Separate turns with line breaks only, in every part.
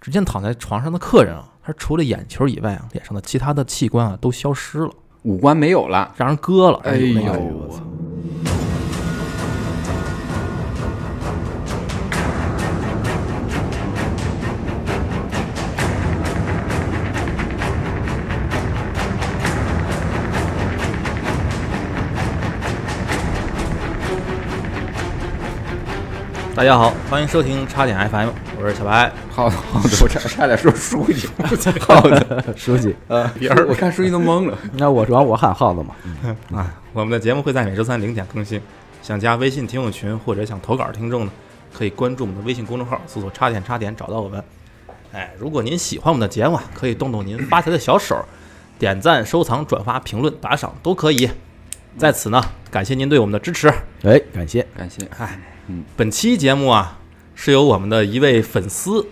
只见躺在床上的客人啊，他除了眼球以外啊，脸上的其他的器官啊都消失了，
五官没有了，
让人割了。
哎
呦，那
呦
个，
我操
大家好，欢迎收听插点 FM，我是小白。
好的好的，我差差点说书记，好的，
书记，
呃，书我看书记 都懵了，
那我主要我喊耗子嘛，
啊，我们的节目会在每周三零点更新。想加微信听友群或者想投稿的听众呢，可以关注我们的微信公众号，搜索“插点插点”找到我们。哎，如果您喜欢我们的节目啊，可以动动您发财的小手，点赞、收藏、转发、评论、打赏都可以。在此呢，感谢您对我们的支持。
哎，感谢，
感谢
本期节目啊，是由我们的一位粉丝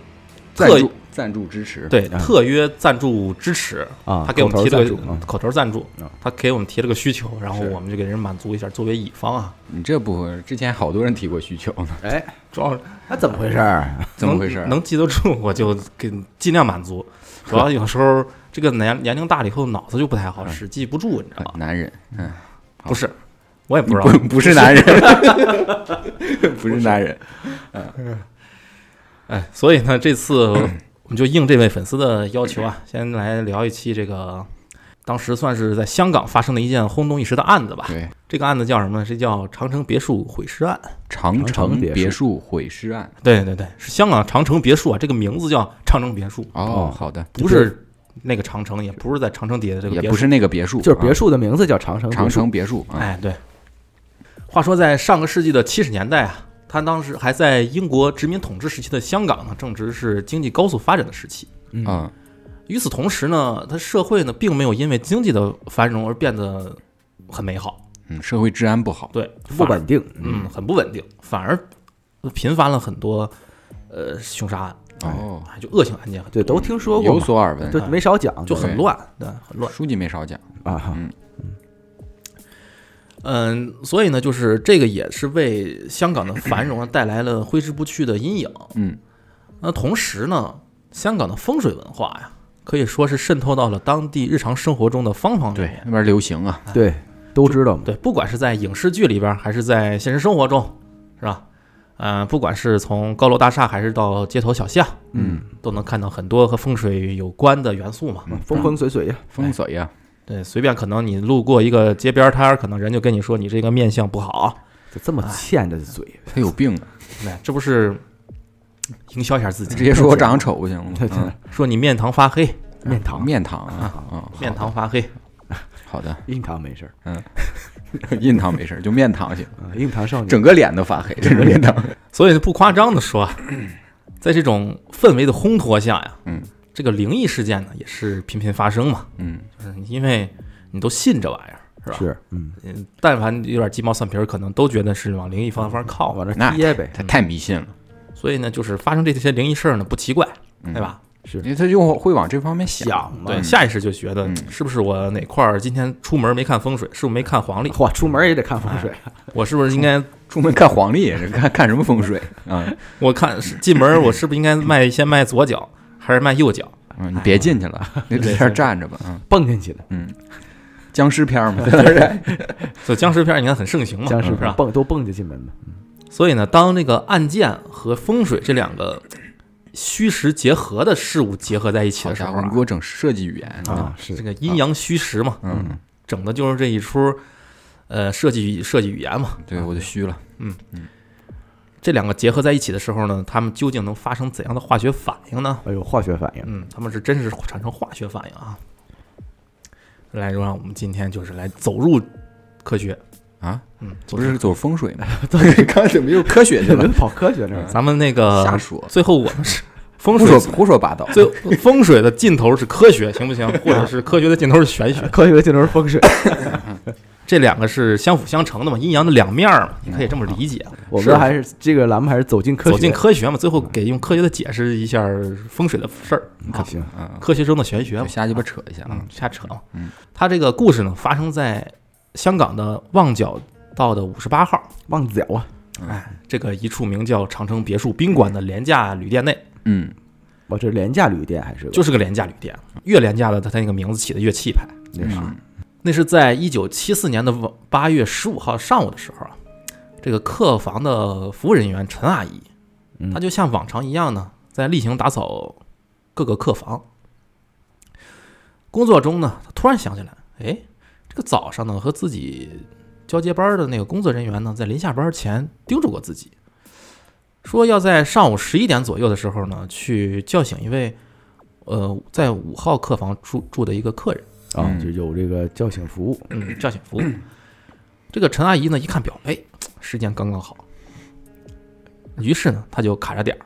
赞
特
助赞助支持，，
对
啊
特约赞助支持
啊
他给我们
口头
提了个
赞助啊
口头赞助
啊，
他给我们提了个需求，然后
是
我们就给人满足一下，作为乙方啊，
你这不合适之前好多人提过需求呢，
哎，
主要
那怎么回事儿？
怎么回事？
能能记得住，我就给尽量满足。主要有时候这个年年龄大了以后，脑子就不太好使，记不住，你知道
啊
吗？
男人，嗯，好
不是，我也不知道。
不不是男人，不是男人，
哎，所以呢，这次
嗯
我们就应这位粉丝的要求啊，先来聊一期这个当时算是在香港发生的一件轰动一时的案子吧。
对，
这个案子叫什么呢？是叫长城别墅毁尸案。
长城
城别
别墅毁尸案。
对对对，是香港长城别墅啊，这个名字叫长城别墅，
哦
哦，
好的，
不是那个长城，也不是在长城底下的这个
也
别
不
墅。
是那个别墅，
就是别
啊
墅的名字叫长城别墅
长城别墅啊，
哎，对。话说在上个世纪的七十年代啊，他当时还在英国殖民统治时期的香港呢，正值是经济高速发展的时期。
嗯
啊，
与此同时呢，它社会呢并没有因为经济的繁荣而变得很美好，
嗯，社会治安不好，
对，
不
反而
稳定，
嗯，很不稳定，反而频繁了很多呃凶杀案，
哦，
就恶性案件很
对，
多，
都听说过
有
嘛，
所耳闻，啊
就没少讲，
就
对
很乱，对，很乱。
书记没少讲，
啊，
嗯，所以呢，就是这个也是为香港的繁荣啊带来了挥之不去的阴影。
嗯，
那同时呢，香港的风水文化呀，可以说是渗透到了当地日常生活中的方方面
对
面，。
那边流行啊，
对，都知道嘛，
对，不管是在影视剧里边儿，还是在现实生活中，是吧？嗯、不管是从高楼大厦，还是到街头小巷，
嗯，
都能看到很多和风水有关的元素嘛。
嗯
风风水水呀，
风水啊呀，
对，随便可能你路过一个街边摊儿，可能人就跟你说你这个面相不好，
就这么欠着嘴，
他有病啊，
哎，这不是营销一下自己？
直接说我长得丑不行吗？
对对
嗯
说你面堂发黑，
面堂
面堂啊，嗯
面堂发黑，
好的，
印堂没事儿，
好的印堂没事儿，就面堂行，
啊，印堂少女，
嗯 整个脸都发黑，这是面堂，
所以不夸张的说 啊，在这种氛围的烘托下呀，
嗯，
这个灵异事件呢也是频频发生嘛，
嗯，
就是因为你都信这玩意儿，是吧？
是，嗯，
嗯，但凡有点鸡毛蒜皮儿，可能都觉得是往灵异方向靠吧。
往这
那
贴呗，
他太迷信了，
所以呢，就是发生这些灵异事儿呢，不奇怪，
嗯
对吧？
是
因为他就会往这方面想，
想嘛，
对，下意识就觉得
嗯
是不是我哪块儿今天出门没看风水，是不是没看黄
哦
历？
嚯，出门也得看风水，
我是不是应该
出门看黄历， 看看什么风水啊？
我看是进门 儿我是不是应该迈先迈左脚还是迈右脚？
嗯，你别进去 了，你在这儿站着吧，嗯。
蹦进去的，
僵尸片 儿嘛，在那儿站
所以僵尸片儿你看很盛行嘛，
僵尸
嗯是吧？
蹦都蹦进进门的，
所以呢，当这个案件和风水这两个虚实结合的事物结合在一起
好
的时
家
候
伙，
啊
你给我整设计语言
啊，
这
是，
个阴阳虚实嘛，
嗯，
整的就是这一出，呃，设计设计语言嘛。
对，我就虚了。
这两个结合在一起的时候呢，它们究竟能发生怎样的化学反应呢？
哎呦，化学反应，
嗯，它们是真是产生化学反应啊。来，让我们今天就是来走入科学
啊，
嗯，走
不
入
是走风水 吗？刚才怎么又科 学去
这
了？呃
跑科学那儿了，
咱们那个
瞎说
最后我们 是风
胡
水
说，胡说八道。
最风水的尽头是科学，行不行？或者是科学的尽头是玄 学？
科学的尽头是风水，
这两个是相辅相成的嘛，阴阳的两面儿嘛，你可以这么理解。
我
是
们还是这个栏目还是走进科学，
走进科学嘛，最后给用科学的解释一下风水的事儿，
啊行，
嗯，
科学中的玄学
就
嘛，
瞎鸡巴扯一下啊
嗯，。瞎扯嘛。
嗯，
他这个故事呢，发生在香港的旺角道的五十八号，
忘脚啊，
哎，这个一处名叫长城别墅宾馆的廉价旅店内。
嗯，
哦，这是廉价旅店还是
就是个廉价旅店，越廉价的，它它那个名字起的越气派。
那
嗯
啥？
那是在一九七四年的晚八月十五号上午的时候啊，这个客房的服务人员陈阿姨，
嗯
她就像往常一样呢，在例行打扫各个客房。工作中呢，她突然想起来，哎，这个早上呢，和自己交接班的那个工作人员呢，在临下班前叮嘱过自己，说要在上午十一点左右的时候呢，去叫醒一位，呃，在五号客房住住的一个客人。
啊，
嗯
就有这个叫醒服务，
嗯，叫醒服务。这个陈阿姨呢，一看表，哎，时间刚刚好，于是呢，她就卡着点儿，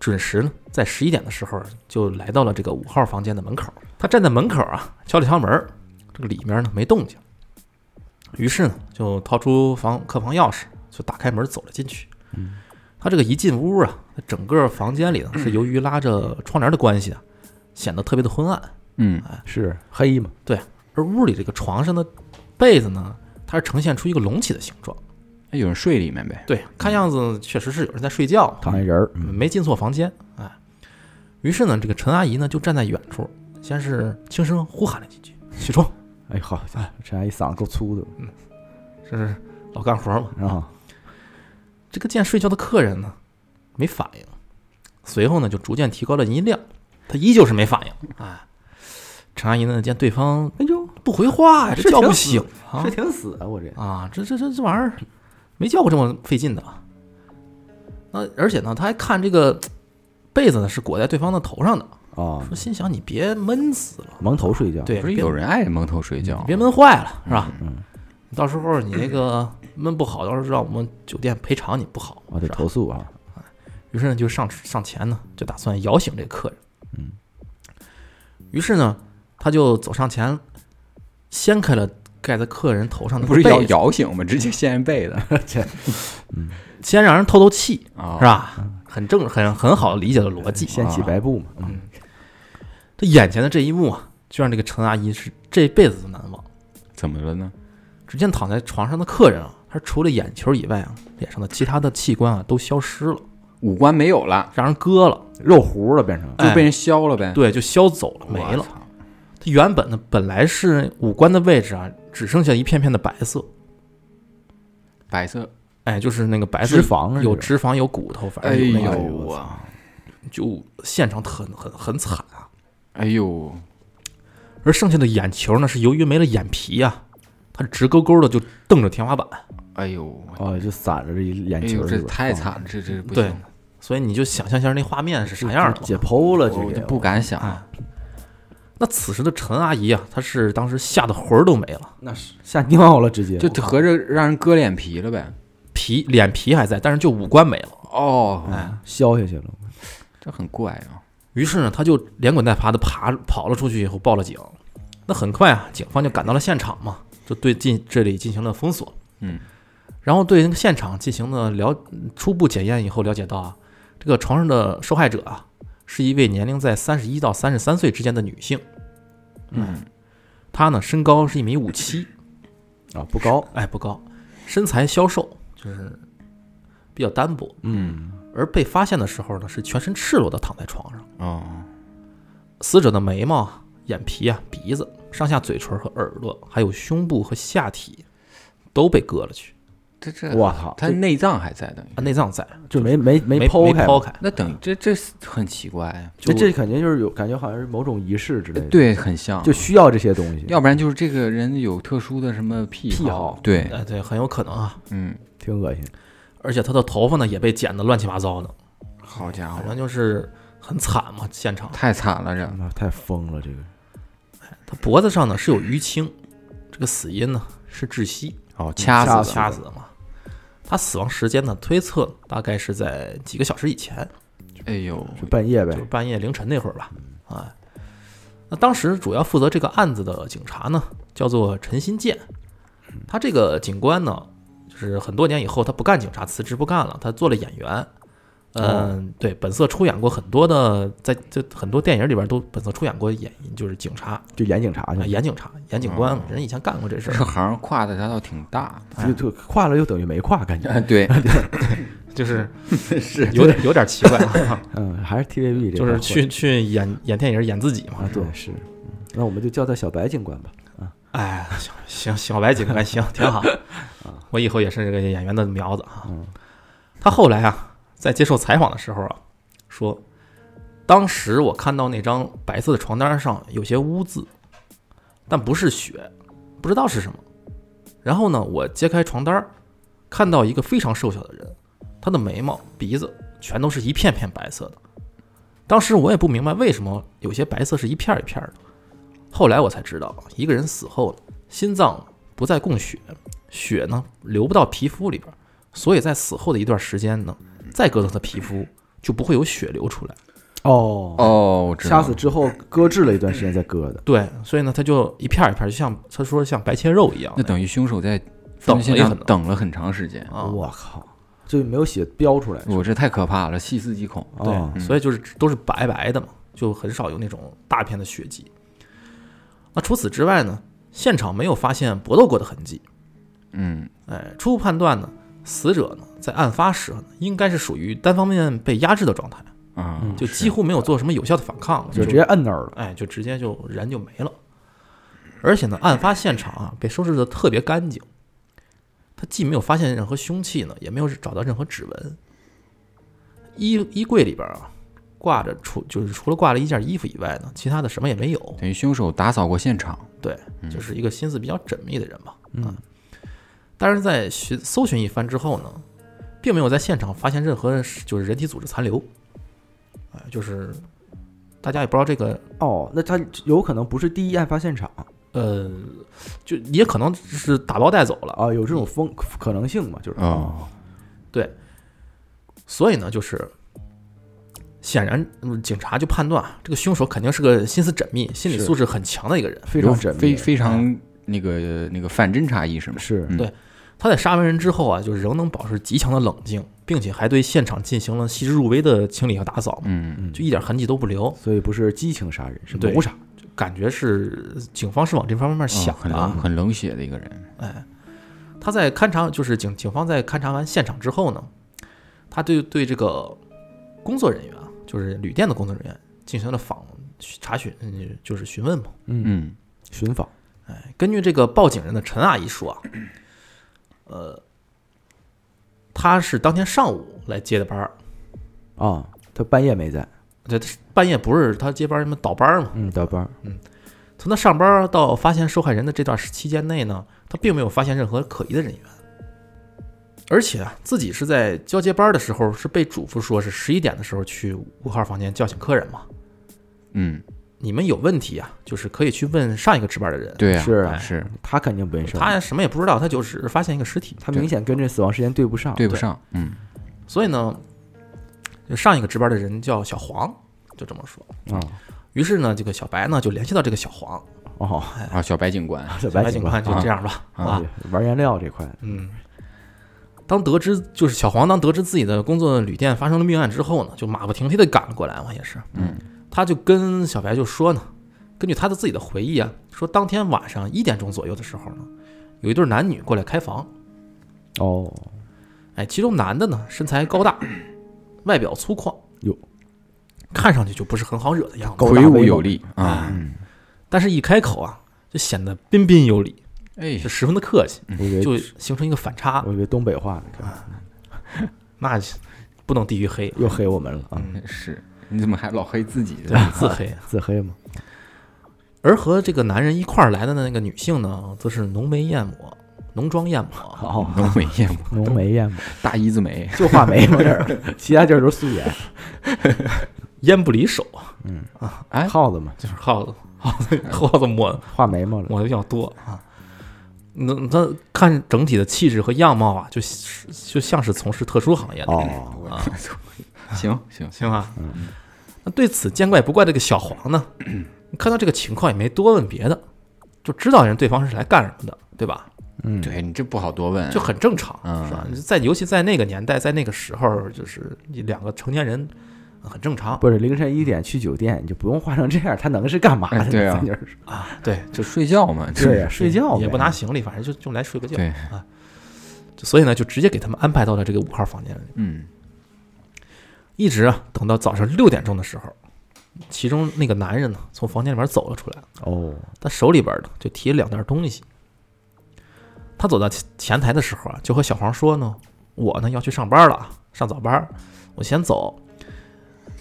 准时呢，在十一点的时候就来到了这个五号房间的门口。她站在门口啊，敲了敲门儿，这个里面呢没动静，于是呢，就掏出房客房钥匙，就打开门走了进去。她这个一进屋啊，整个房间里呢是由于拉着窗帘的关系啊，显得特别的昏暗。
嗯
是黑嘛？
而屋里这个床上的被子呢，它是呈现出一个隆起的形状。
哎有人睡里面呗，
对，看样子确实是有人在睡觉，
躺一人儿，嗯
没进错房间。哎，于是呢，这个陈阿姨呢就站在远处，先是轻声呼喊了几句：“起床
哎，好，陈阿姨嗓子够粗的！”
这是老干活嘛。
啊，
这个见睡觉的客人呢没反应，随后呢就逐渐提高了音量，他依旧是没反应。哎，陈阿姨呢见对方
哎呦，
不回话呀，这
是
叫
挺
不
死
醒啊
这，挺死啊，我这
啊，这这这这玩意儿没叫过这么费劲的啊。那而且呢，他还看这个被子呢是裹在对方的头上的，
啊，
说心想你别闷死了，
蒙头睡觉，，
对，
不是
别
有人爱蒙头睡觉
你，别闷坏了是吧？
嗯，
你到时候你那个闷不好，到时候让我们酒店赔偿你不好，
我得
是吧？
投诉啊，
于是呢，就上上前呢，就打算摇醒这个客人。嗯，于是呢，他就走上前，掀开了盖在客人头上的
不是摇
被子，
摇醒吗？直接掀被子
先让人透透气，
啊
是？吧？很正，很很好理解的逻辑。
掀起白布嘛，嗯
这眼前的这一幕啊，就让这个陈阿姨是这辈子都难忘。
怎么了呢？
只见躺在床上的客人啊，他除了眼球以外啊，脸上的其他的器官啊都消失了，
五官没有了，
让人割了，
肉糊了变成，
就被人削了呗，
哎
对，就削走了，没
我
了。
操。
他原本呢，本来是五官的位置啊，只剩下一片片的白色，
白色，
哎，就是那个白色
脂肪
有
啊这种
脂肪有骨头，反
哎
正有那
呦
个、
我操，
就现场很很很惨啊。
哎呦，
而剩下的眼球呢，是由于没了眼皮啊，它直勾勾的就瞪着天花板。
哎呦，我
哦，就散着这一
哎
眼球
呦，
儿
这
是吧，
太
啊
惨了，这这不
对
行，
所以你就想象一下那画面是啥样的吧。
啊解剖了，这
我
个
哦
哦
就不敢想
哎，嗯那此时的陈阿姨啊，她是当时吓得魂儿都没了，
那是吓尿了，直接
就合着让人割脸皮了呗。
皮脸皮还在，但是就五官没了。
哦，
哎，
啊消下去了，
这很怪啊。
于是呢，她就连滚带爬的爬跑了出去，以后报了警。那很快啊，警方就赶到了现场嘛，就对进这里进行了封锁，
嗯，
然后对现场进行了了初步检验以后，了解到啊，这个床上的受害者啊，是一位年龄在三十一到三十三岁之间的女性，
嗯，
她呢身高是一米五七，
啊，不高，
哎，不高，身材消瘦，就是比较单薄。
嗯，
而被发现的时候呢，是全身赤裸的躺在床上，
哦，
死者的眉毛啊、眼皮啊、鼻子、上下嘴唇和耳朵，还有胸部和下体都被割了去，
这这，
我操，
他内脏还在等于，
啊，内脏在，
就没没没
没
剖
没
开
剖
嘛，
开，
那等这这很奇怪呀。
这
就
这肯定就是有感觉，好像是某种仪式之类的，，
对，很像，
就需要这些东西，
要不然就是这个人有特殊的什么癖
癖好
对，
哎，对，很有可能啊。
嗯，
挺恶心，
而且他的头发呢也被剪得乱七八糟的，
好家
反
伙，
正就是很惨嘛，现场。
太惨了
啊
这。
妈太疯了，这个
他脖子上呢是有淤青，这个死因呢是窒息。
哦，
掐
掐
死
死的
的
掐死的嘛。他死亡时间呢，推测大概是在几个小时以前，
哎呦，
就半夜呗
就是，半夜凌晨那会儿吧。啊，那当时主要负责这个案子的警察呢，叫做陈新建。他这个警官呢，就是很多年以后他不干警察，辞职不干了，他做了演员。
哦
嗯，对，本色出演过很多的，在这很多电影里边都本色出演过演就是警察、
就哦演警察
啊
去，
演警察、演警官，人以前干过这事
这
儿。
行跨的他倒挺大。
哎
就就跨了又等于没跨，感觉
啊，对，
就是
是
有点有点奇怪啊，
嗯，还是 TVB 这
就
块儿
是
会
去去演演电影演自己嘛
啊，，对是，那我们就叫他小白警官吧。
哎，小小小白警官行，挺 好。嗯我以后也是这个演员的苗子啊。他后来啊，在接受采访的时候啊，说，当时我看到那张白色的床单上有些污渍，但不是血，不知道是什么。然后呢，我揭开床单儿，看到一个非常瘦小的人，他的眉毛、鼻子全都是一片片白色的。当时我也不明白为什么有些白色是一片儿一片儿的。后来我才知道，一个人死后呢，心脏不再供血，血呢流不到皮肤里边，所以在死后的一段时间呢，再割到他皮肤就不会有血流出来。
哦，
哦，我知道
杀死之后搁置了一段时间再割的。
对，所以呢，他就一片儿一片儿，就像他说像白切肉一样
那。等于凶手在
等
犯罪现
了
场
很多
等了很长时间，
啊，
我靠，就没有血飙出来。
我这太可怕了，细思极恐。
对，
哦，
所以就是都是白白的嘛，就很少有那种大片的血迹。那除此之外呢，现场没有发现搏斗过的痕迹。
嗯，
哎，初步判断呢，死者呢在案发时呢应该是属于单方面被压制的状态。
啊，
嗯就几乎没有做什么有效的反抗，
就直接摁那儿了。
哎，就直接就人就没了。而且呢，案发现场啊被收拾的特别干净，他既没有发现任何凶器呢，也没有找到任何指纹。衣衣柜里边啊，挂着除就是除了挂了一件衣服以外呢，其他的什么也没有。
等于凶手打扫过现场，
对，就是一个心思比较缜密的人吧。嗯，但是在寻搜寻一番之后呢，并没有在现场发现任何就是人体组织残留。哎，就是大家也不知道这个
哦，那他有可能不是第一案发现场
呃，就也可能是打包带走了。
啊，有这种风可能性嘛？就是
哦，
对，所以呢，就是显然嗯警察就判断啊这个凶手肯定是个心思缜密、心理
是
素质很强的一个人。
非常
有
缜密，
非非常那个那个反侦查意识嘛。
是
嗯
对他在杀完人之后啊，就仍能保持极强的冷静，并且还对现场进行了细致入微的清理和打扫，
嗯，
就一点痕迹都不留。
所以不是激情杀人，是
对
谋杀。
感觉是警方是往这方面想
哦很
的啊
冷。很冷血的一个人。
他在勘察，就是警警方在勘察完现场之后呢，他对对这个工作人员啊，就是旅店的工作人员进行了访查询，嗯，就是询问嘛。
嗯，
寻访
哎根据这个报警人的陈阿姨说啊， 呃，他是当天上午来接的班儿，
啊，他半夜没在，
这半夜不是他接班儿，什么倒班儿嘛。
嗯，倒班儿
从他上班儿到发现受害人的这段时期间内呢，他并没有发现任何可疑的人员，而且啊，自己是在交接班儿的时候是被嘱咐说是十一点的时候去五号房间叫醒客人嘛。
嗯，
你们有问题啊，就是可以去问上一个值班的人。
对啊，
是啊
哎是
他肯定没事儿，
他什么也不知道，他就只是发现一个尸体，
他明显跟这死亡时间对不上，
对不上。嗯，
所以呢，就上一个值班的人叫小黄，就这么说。
啊，
于是呢，这个小白呢就联系到这个小黄，
哦，
啊，小白警官，
小
小白
警
警官就
啊
这样吧，
啊
啊，
哎玩颜料这块，
嗯，当得知就是小黄当得知自己的工作旅店发生了命案之后呢，就马不停蹄的赶了过来嘛，也是，
嗯，
他就跟小白就说呢，根据他的自己的回忆啊，说当天晚上一点钟左右的时候呢，有一对男女过来开房，
哦，
哎，其中男的呢身材高大，外表粗犷，
哟，
看上去就不是很好惹的样子，
狗大
魁
威
梧
猛
有力啊。
但是一开口啊，就显得彬彬有礼，
哎
就，十分的客气，
我以为
就形成一个反差，
我以为东北话呢，看
那不能地域黑，
又黑我们了啊，
是，你怎么还老黑自己的？
自黑。
自黑嘛，
而和这个男人一块儿来的那个女性呢，则是浓眉艳抹，浓妆艳抹。
哦，
浓眉艳抹，
浓眉艳嘛，
大一字眉。
就画眉毛这儿，其他地儿都是素颜，
烟不离手，
哎
耗子嘛，
就是耗 子，耗子，耗子抹
画眉毛了，
抹的比较多啊。那他看整体的气质和样貌啊，就是就像是从事特殊行业的，
哦，
啊
行行，
行吧？那对此见怪不怪，这个小黄呢，看到这个情况也没多问别的，就知道人对方是来干什么的，对吧？
嗯，
对你这不好多问，
就很正常，
嗯
是吧？在尤其在那个年代，在那个时候，就是你两个成年人呃很正常
不是凌晨一点去酒店，你就不用画成这样，他能是干嘛的？
哎对啊
咱就是
啊。对，
就睡觉嘛，就
对呀，
是
睡觉呗
也不拿行李，反正就就来睡个觉。
对，
就所以呢，就直接给他们安排到了这个五号房间里。
嗯
一直啊，等到早上六点钟的时候，其中那个男人呢，从房间里面走了出来，
哦，
他手里边呢啊就提了两袋东西。他走到前前台的时候啊，就和小黄说呢：“我呢要去上班了啊，上早班，我先走。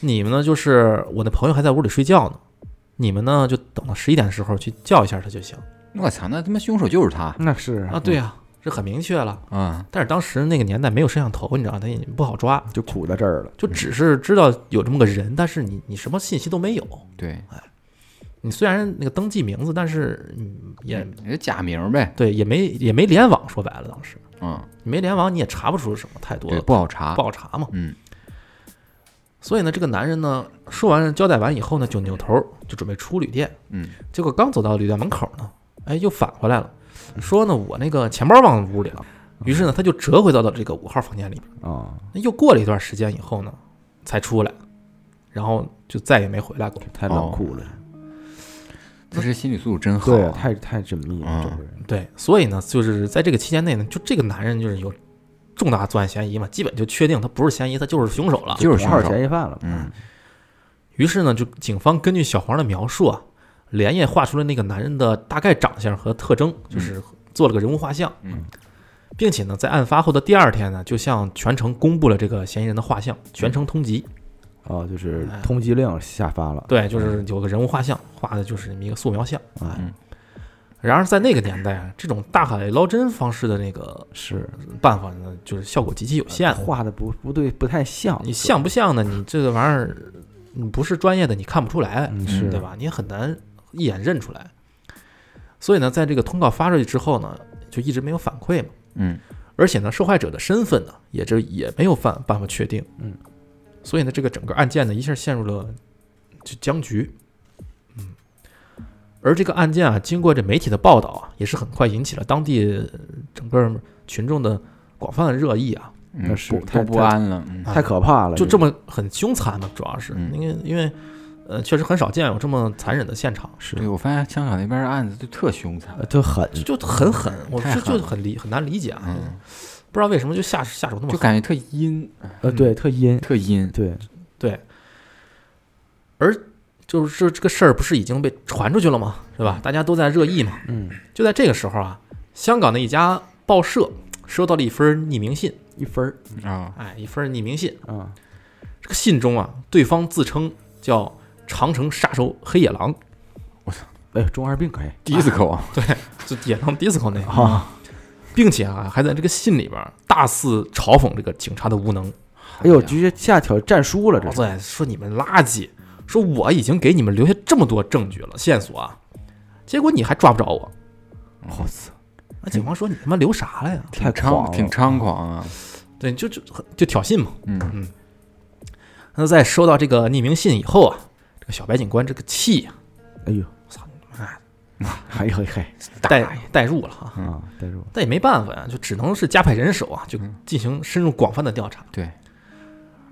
你们呢，就是我那朋友还在屋里睡觉呢，你们呢就等到十一点的时候去叫一下他就行
我操，那他妈凶手就是他
那是
啊。”对啊，这很明确了。
啊！
但是当时那个年代没有摄像头，你知道，他也不好抓，
就苦到这儿了，
就只是知道有这么个人，但是你你什么信息都没有。
对，
你虽然那个登记名字，但是嗯也
也就假名呗，
对也没也没联网，说白了当时
嗯，
没联网，你也查不出什么太多
对，不好查
不，好查嘛。
嗯
所以呢，这个男人呢说完交代完以后呢，就扭头就准备出旅店，
嗯，
结果刚走到旅店门口呢，哎，又返回来了，说呢我那个钱包忘屋里了，于是呢他就折回到到这个五号房间里边。
啊，
那又过了一段时间以后呢，才出来，然后就再也没回来过。
太冷酷了，
他这心理素质真好
对，
啊，
太太缜密了，
嗯
这个人
对，所以呢，就是在这个期间内呢，就这个男人就是有重大作案嫌疑嘛，基本就确定他不是嫌疑，他就是凶手了。
就是
五
凶
号
手，
嫌疑犯了嘛，
嗯
于是呢，就警方根据小黄的描述啊，连夜画出了那个男人的大概长相和特征，就是做了个人物画像，
嗯，
并且呢，在案发后的第二天呢，就向全城公布了这个嫌疑人的画像，全城通缉。
哦，就是
嗯
通缉令下发了，
对，就是有个人物画像，画的就是这么一个素描像。哎
嗯
然而在那个年代啊，这种大海捞针方式的那个
是
办法呢，就是效果极其有限的。
呃画的不不对，不太像，
你像不像呢？你这个玩意儿，你不是专业的，你看不出来，
嗯是
对吧？你也很难一眼认出来。所以呢，在这个通告发出去之后呢，就一直没有反馈嘛。
嗯
而且呢，受害者的身份呢，也这也没有办办法确定。
嗯，
所以呢，这个整个案件呢，一下陷入了就僵局。嗯，而这个案件啊，经过这媒体的报道啊，也是很快引起了当地呃整个群众的广泛的热议啊。
嗯
那是
不
太
都不安了，嗯
太可怕了，
就这么很凶残嘛，主要是
嗯
因为因为呃，确实很少见有这么残忍的现场，
是
对，我发现香港那边的案子就特凶残
呃，，特狠，
就就很狠，我
嗯太
这
狠
就
了
很理很难理解啊，
嗯，
不知道为什么就下下手那么
就
狠，
感觉特阴，
呃，对，特阴，
特阴，
对，
对，而就是这这个事儿不是已经被传出去了吗？是吧？大家都在热议嘛。
嗯，
就在这个时候啊，香港的一家报社收到了一封匿名信，
一分儿
啊，
哎，一封匿名信，
啊，
这个信中啊，对方自称叫长城杀手黑野狼，
哎，中二病可以，
迪斯 科，
就野狼 disco 那个。
哦
啊，
并且啊，还在这个信里边儿大肆嘲讽这个警察的无能，
哎
嗯
呦，直接下挑战书了，这是，
对，说你们垃圾，说我已经给你们留下这么多证据了线索啊，结果你还抓不着我。
好死，
那警方说你他妈留啥了呀？
太
猖
狂了，
挺猖狂啊，
对，就就很就挑衅嘛。
嗯
那在收到这个匿名信以后啊，这个小白警官这个气啊呀、
哎呦，
操你妈
哎呦嘿，
带带入了哈、
啊，带住，
但也没办法呀、就只能是加派人手啊，就进行深入广泛的调查。
对，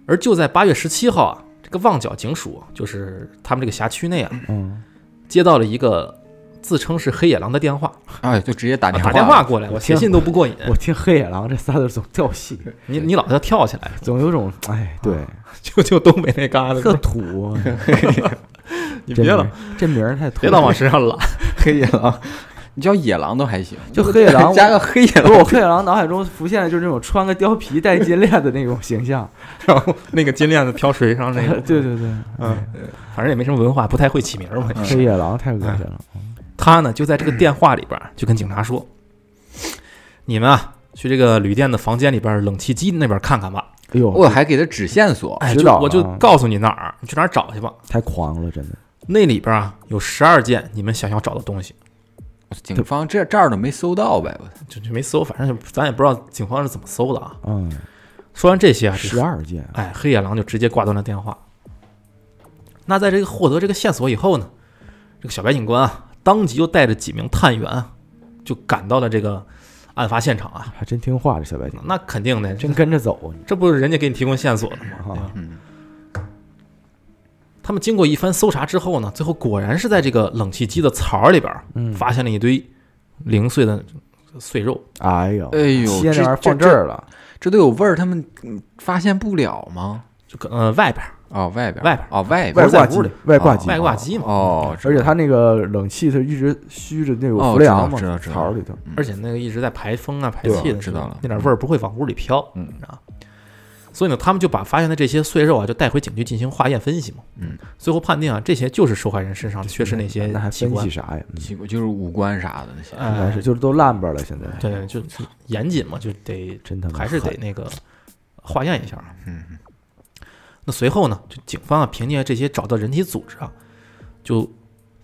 而就在八月十七号啊，这个旺角警署啊就是他们这个辖区内啊，
嗯，
接到了一个自称是黑野狼的电话，
哎，就直接打
啊
电
打
话，
电话过来，
我
我写
听
信都不过瘾，
嗯我听黑野狼这仨字总掉戏，
你你老要跳起来，
总有种，哎，对，
就就东北那 旮
特
瘩，
土，
你
这
别 老
名儿，这名儿太土，
别老往，身上揽，
黑野狼， 你叫野狼都还行，，
就黑野 狼
加个黑野
不是
狼，
我黑野狼脑海中浮现的就是那种穿个貂皮带金链的那种形 象，
然后那个金链子飘水上那个，
对，对对，
嗯，反正也没什么文化，不太会起名嘛。也是
黑野狼太恶心了，
他呢就在这个电话里边儿就跟警察说：“你们啊，去这个旅店的房间里边儿冷气机那边儿看看吧。
哎呦，
我还给他指线索，
哎，
知
就
道
我
了
就
啊
告诉你哪儿，你去哪儿找去吧。
太狂了，真的，
那里边儿啊有十二件你们想要找的东西。”
警方这这儿都没搜到呗，我操，
就就没搜，反正咱也不知道警方是怎么搜的啊。
嗯，
说完这些啊，这
十二件，
哎，黑野狼就直接挂断了电话。那在这个获得这个线索以后呢，这个小白警官啊，当即就带着几名探员啊就赶到了这个案发现场啊。
还真听话，这小白警，
那肯定的，这
真跟着走，你
这不是人家给你提供线索的吗？
啊，
嗯，
他们经过一番搜查之后呢，最后果然是在这个冷气机的槽儿里边儿
嗯，
发现了一堆零碎的碎肉，
哎呦，
哎呦
切那
这
玩意儿放
这
这儿了，
这都有味儿，他们嗯发现不了吗？
就可呃外边儿
哦，外边儿，
外边儿
哦，外边
不是
外
哎在屋
挂机
里，啊
外挂
哦
机，啊
外挂机啊嘛，
哦，
嗯而且它那个冷气它一直虚着那个
哦
氟利昂嘛
知道，知道
槽里头，
而且那个一直在排风啊、排
对
气的，
知道了
那点味儿不会往屋里飘，
嗯
你知道。所以呢，他们就把发现的这些碎肉啊，就带回警局进行化验分析嘛，
嗯，
最后判定啊，这些就是受害人身上缺失那些
嗯那还
器
分
官
析，啥呀？嗯
奇怪，就是五官啥的那些，
应该
哎
是，就是都烂巴了，现在
对对，就严谨嘛，就得
真他妈
还是得
狠
那个化验一下。
嗯，
那随后呢，就警方啊，凭借这些找到人体组织啊，就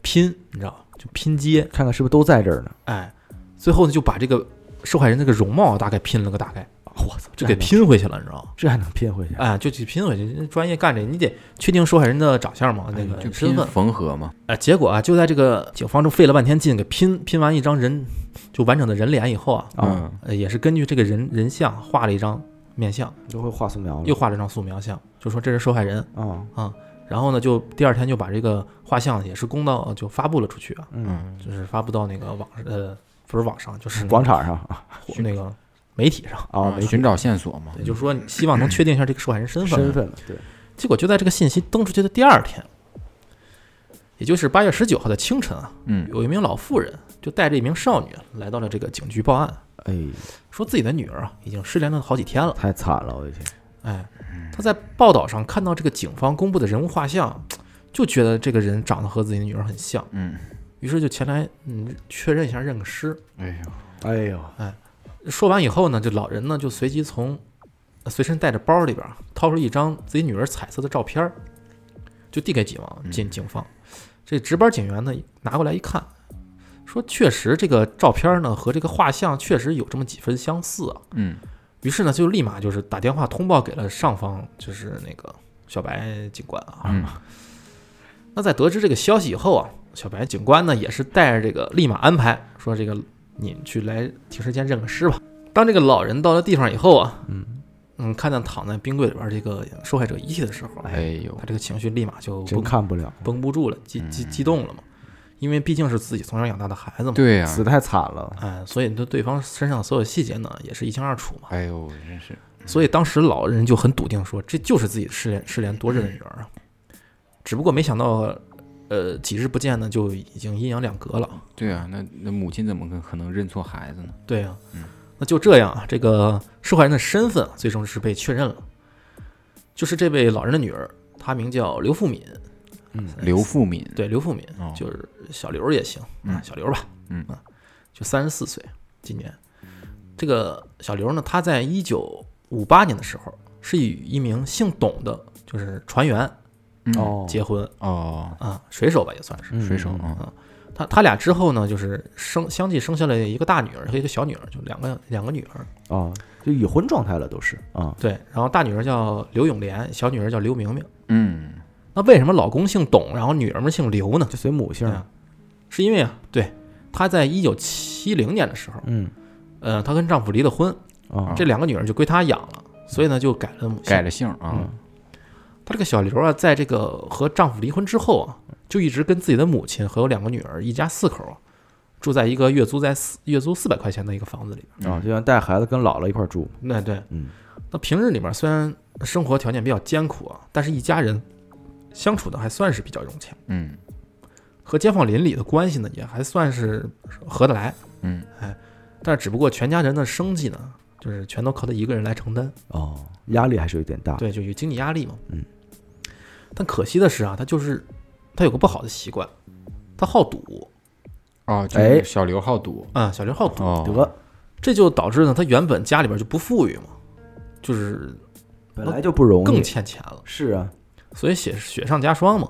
拼，你知道，就拼接，
看看是不是都在这儿呢？
哎，最后呢就把这个受害人那个容貌啊，大概拼了个大概，我操，就给
那能
拼回去了，你知道吗？
这还能骗回去？
哎，就去拼回去，人家专业干这，你得确定受害人的长相嘛，那
就
个呃身
拼
份。
缝合嘛，
哎，结果啊，就在这个警方这费了半天劲给拼拼完一张人就完整的人脸以后啊，
啊，
嗯，
呃，也是根据这个人人像画了一张面相，
都会画素描了，
又画了一张素描像，就说这是受害人。
啊，
然后呢，就第二天就把这个画像也是公道就发布了出去啊，
嗯，
就是发布到那个网呃不是网上，就是
广场上
那个媒体上。
啊，没
寻找线索嘛，
也就是说，你希望能确定一下这个受害人身份。啊
身份了，对，
结果就在这个信息登出去的第二天，也就是八月十九号的清晨啊，
嗯，
有一名老妇人就带着一名少女啊来到了这个警局报案，
哎，
说自己的女儿啊已经失联了好几天了。
太惨了，我的天，
哎，她在报道上看到这个警方公布的人物画像，就觉得这个人长得和自己的女儿很像，
嗯，
于是就前来嗯确认一下认个尸。
哎呦，
哎呦，
说完以后呢，这老人呢就随即从呃随身带着包里边儿掏出一张自己女儿彩色的照片儿，就递给警方警警方。这值班警员呢拿过来一看，说确实这个照片儿呢和这个画像确实有这么几分相似啊。
嗯，
于是呢就立马就是打电话通报给了上方，就是那个小白警官啊。
嗯
那在得知这个消息以后啊，小白警官呢也是带着这个立马安排说这个你们去来停尸间认个尸吧。当这个老人到了地方以后啊，
嗯
嗯，看见躺在冰柜里边这个受害者遗体的时候，啊
哎呦
他，这个情绪立马就
真
绷
看不了，
绷不住了，激
嗯
激激动了嘛，因为毕竟是自己从小养大的孩子嘛，
对啊呀，
死太惨了，
哎，所以对对方身上所有细节呢也是一清二楚嘛，
哎呦，真是，
所以当时老人就很笃定说这就是自己失联失联多日的女儿啊，只不过没想到，呃，几日不见呢就已经阴阳两隔了。
对啊，那那母亲怎么可可能认错孩子呢？
对呀、
嗯
那就这样啊，这个受害人的身份啊最终是被确认了，就是这位老人的女儿，她名叫刘富敏，
嗯
哎
刘富敏，
对刘富敏，
哦
就是小刘也行，
嗯
啊，小刘吧，
嗯
啊，就三十四岁，今年。这个小刘呢，他在一九五八年的时候是与一名姓董的，就是船员
嗯，
哦，
结婚、
哦，
啊，水手吧也算是。
嗯
水手
嗯
啊，
他他俩之后呢，就是生相继生下了一个大女儿和一个小女儿，就两个两个女儿。
啊，就已婚状态了都是啊，
对，然后大女儿叫刘永莲，小女儿叫刘明明。
嗯，
那为什么老公姓董，然后女儿们姓刘呢？
就随母姓
对，啊是因为啊，对，她在一九七零年的时候，
嗯
呃，她跟丈夫离了婚，
啊，
这两个女儿就归她养了，所以呢就改了母姓。
改了姓啊，
嗯
她这个小刘啊，在这个和丈夫离婚之后啊，就一直跟自己的母亲和有两个女儿，一家四口啊，住在一个月租在四月租四百块钱的一个房子里边。
嗯
啊，就像带孩子跟姥姥一块儿住，
那对，
嗯，
那平日里面虽然生活条件比较艰苦啊，但是一家人相处的还算是比较融洽。
嗯
和街坊邻里的关系呢，也还算是合得来，
嗯，
但是只不过全家人的生计呢，就是全都靠他一个人来承担，
哦，压力还是有点大，
对，就有经济压力嘛，
啊嗯。
但可惜的是啊，他就是他有个不好的习惯，他好赌
哦，就
哎
是小刘好赌，
啊，小刘好赌，
哦，
得
这就导致呢，他原本家里边就不富裕嘛，就是
本来就不容易，
更欠钱了，
是啊，
所以雪雪上加霜嘛。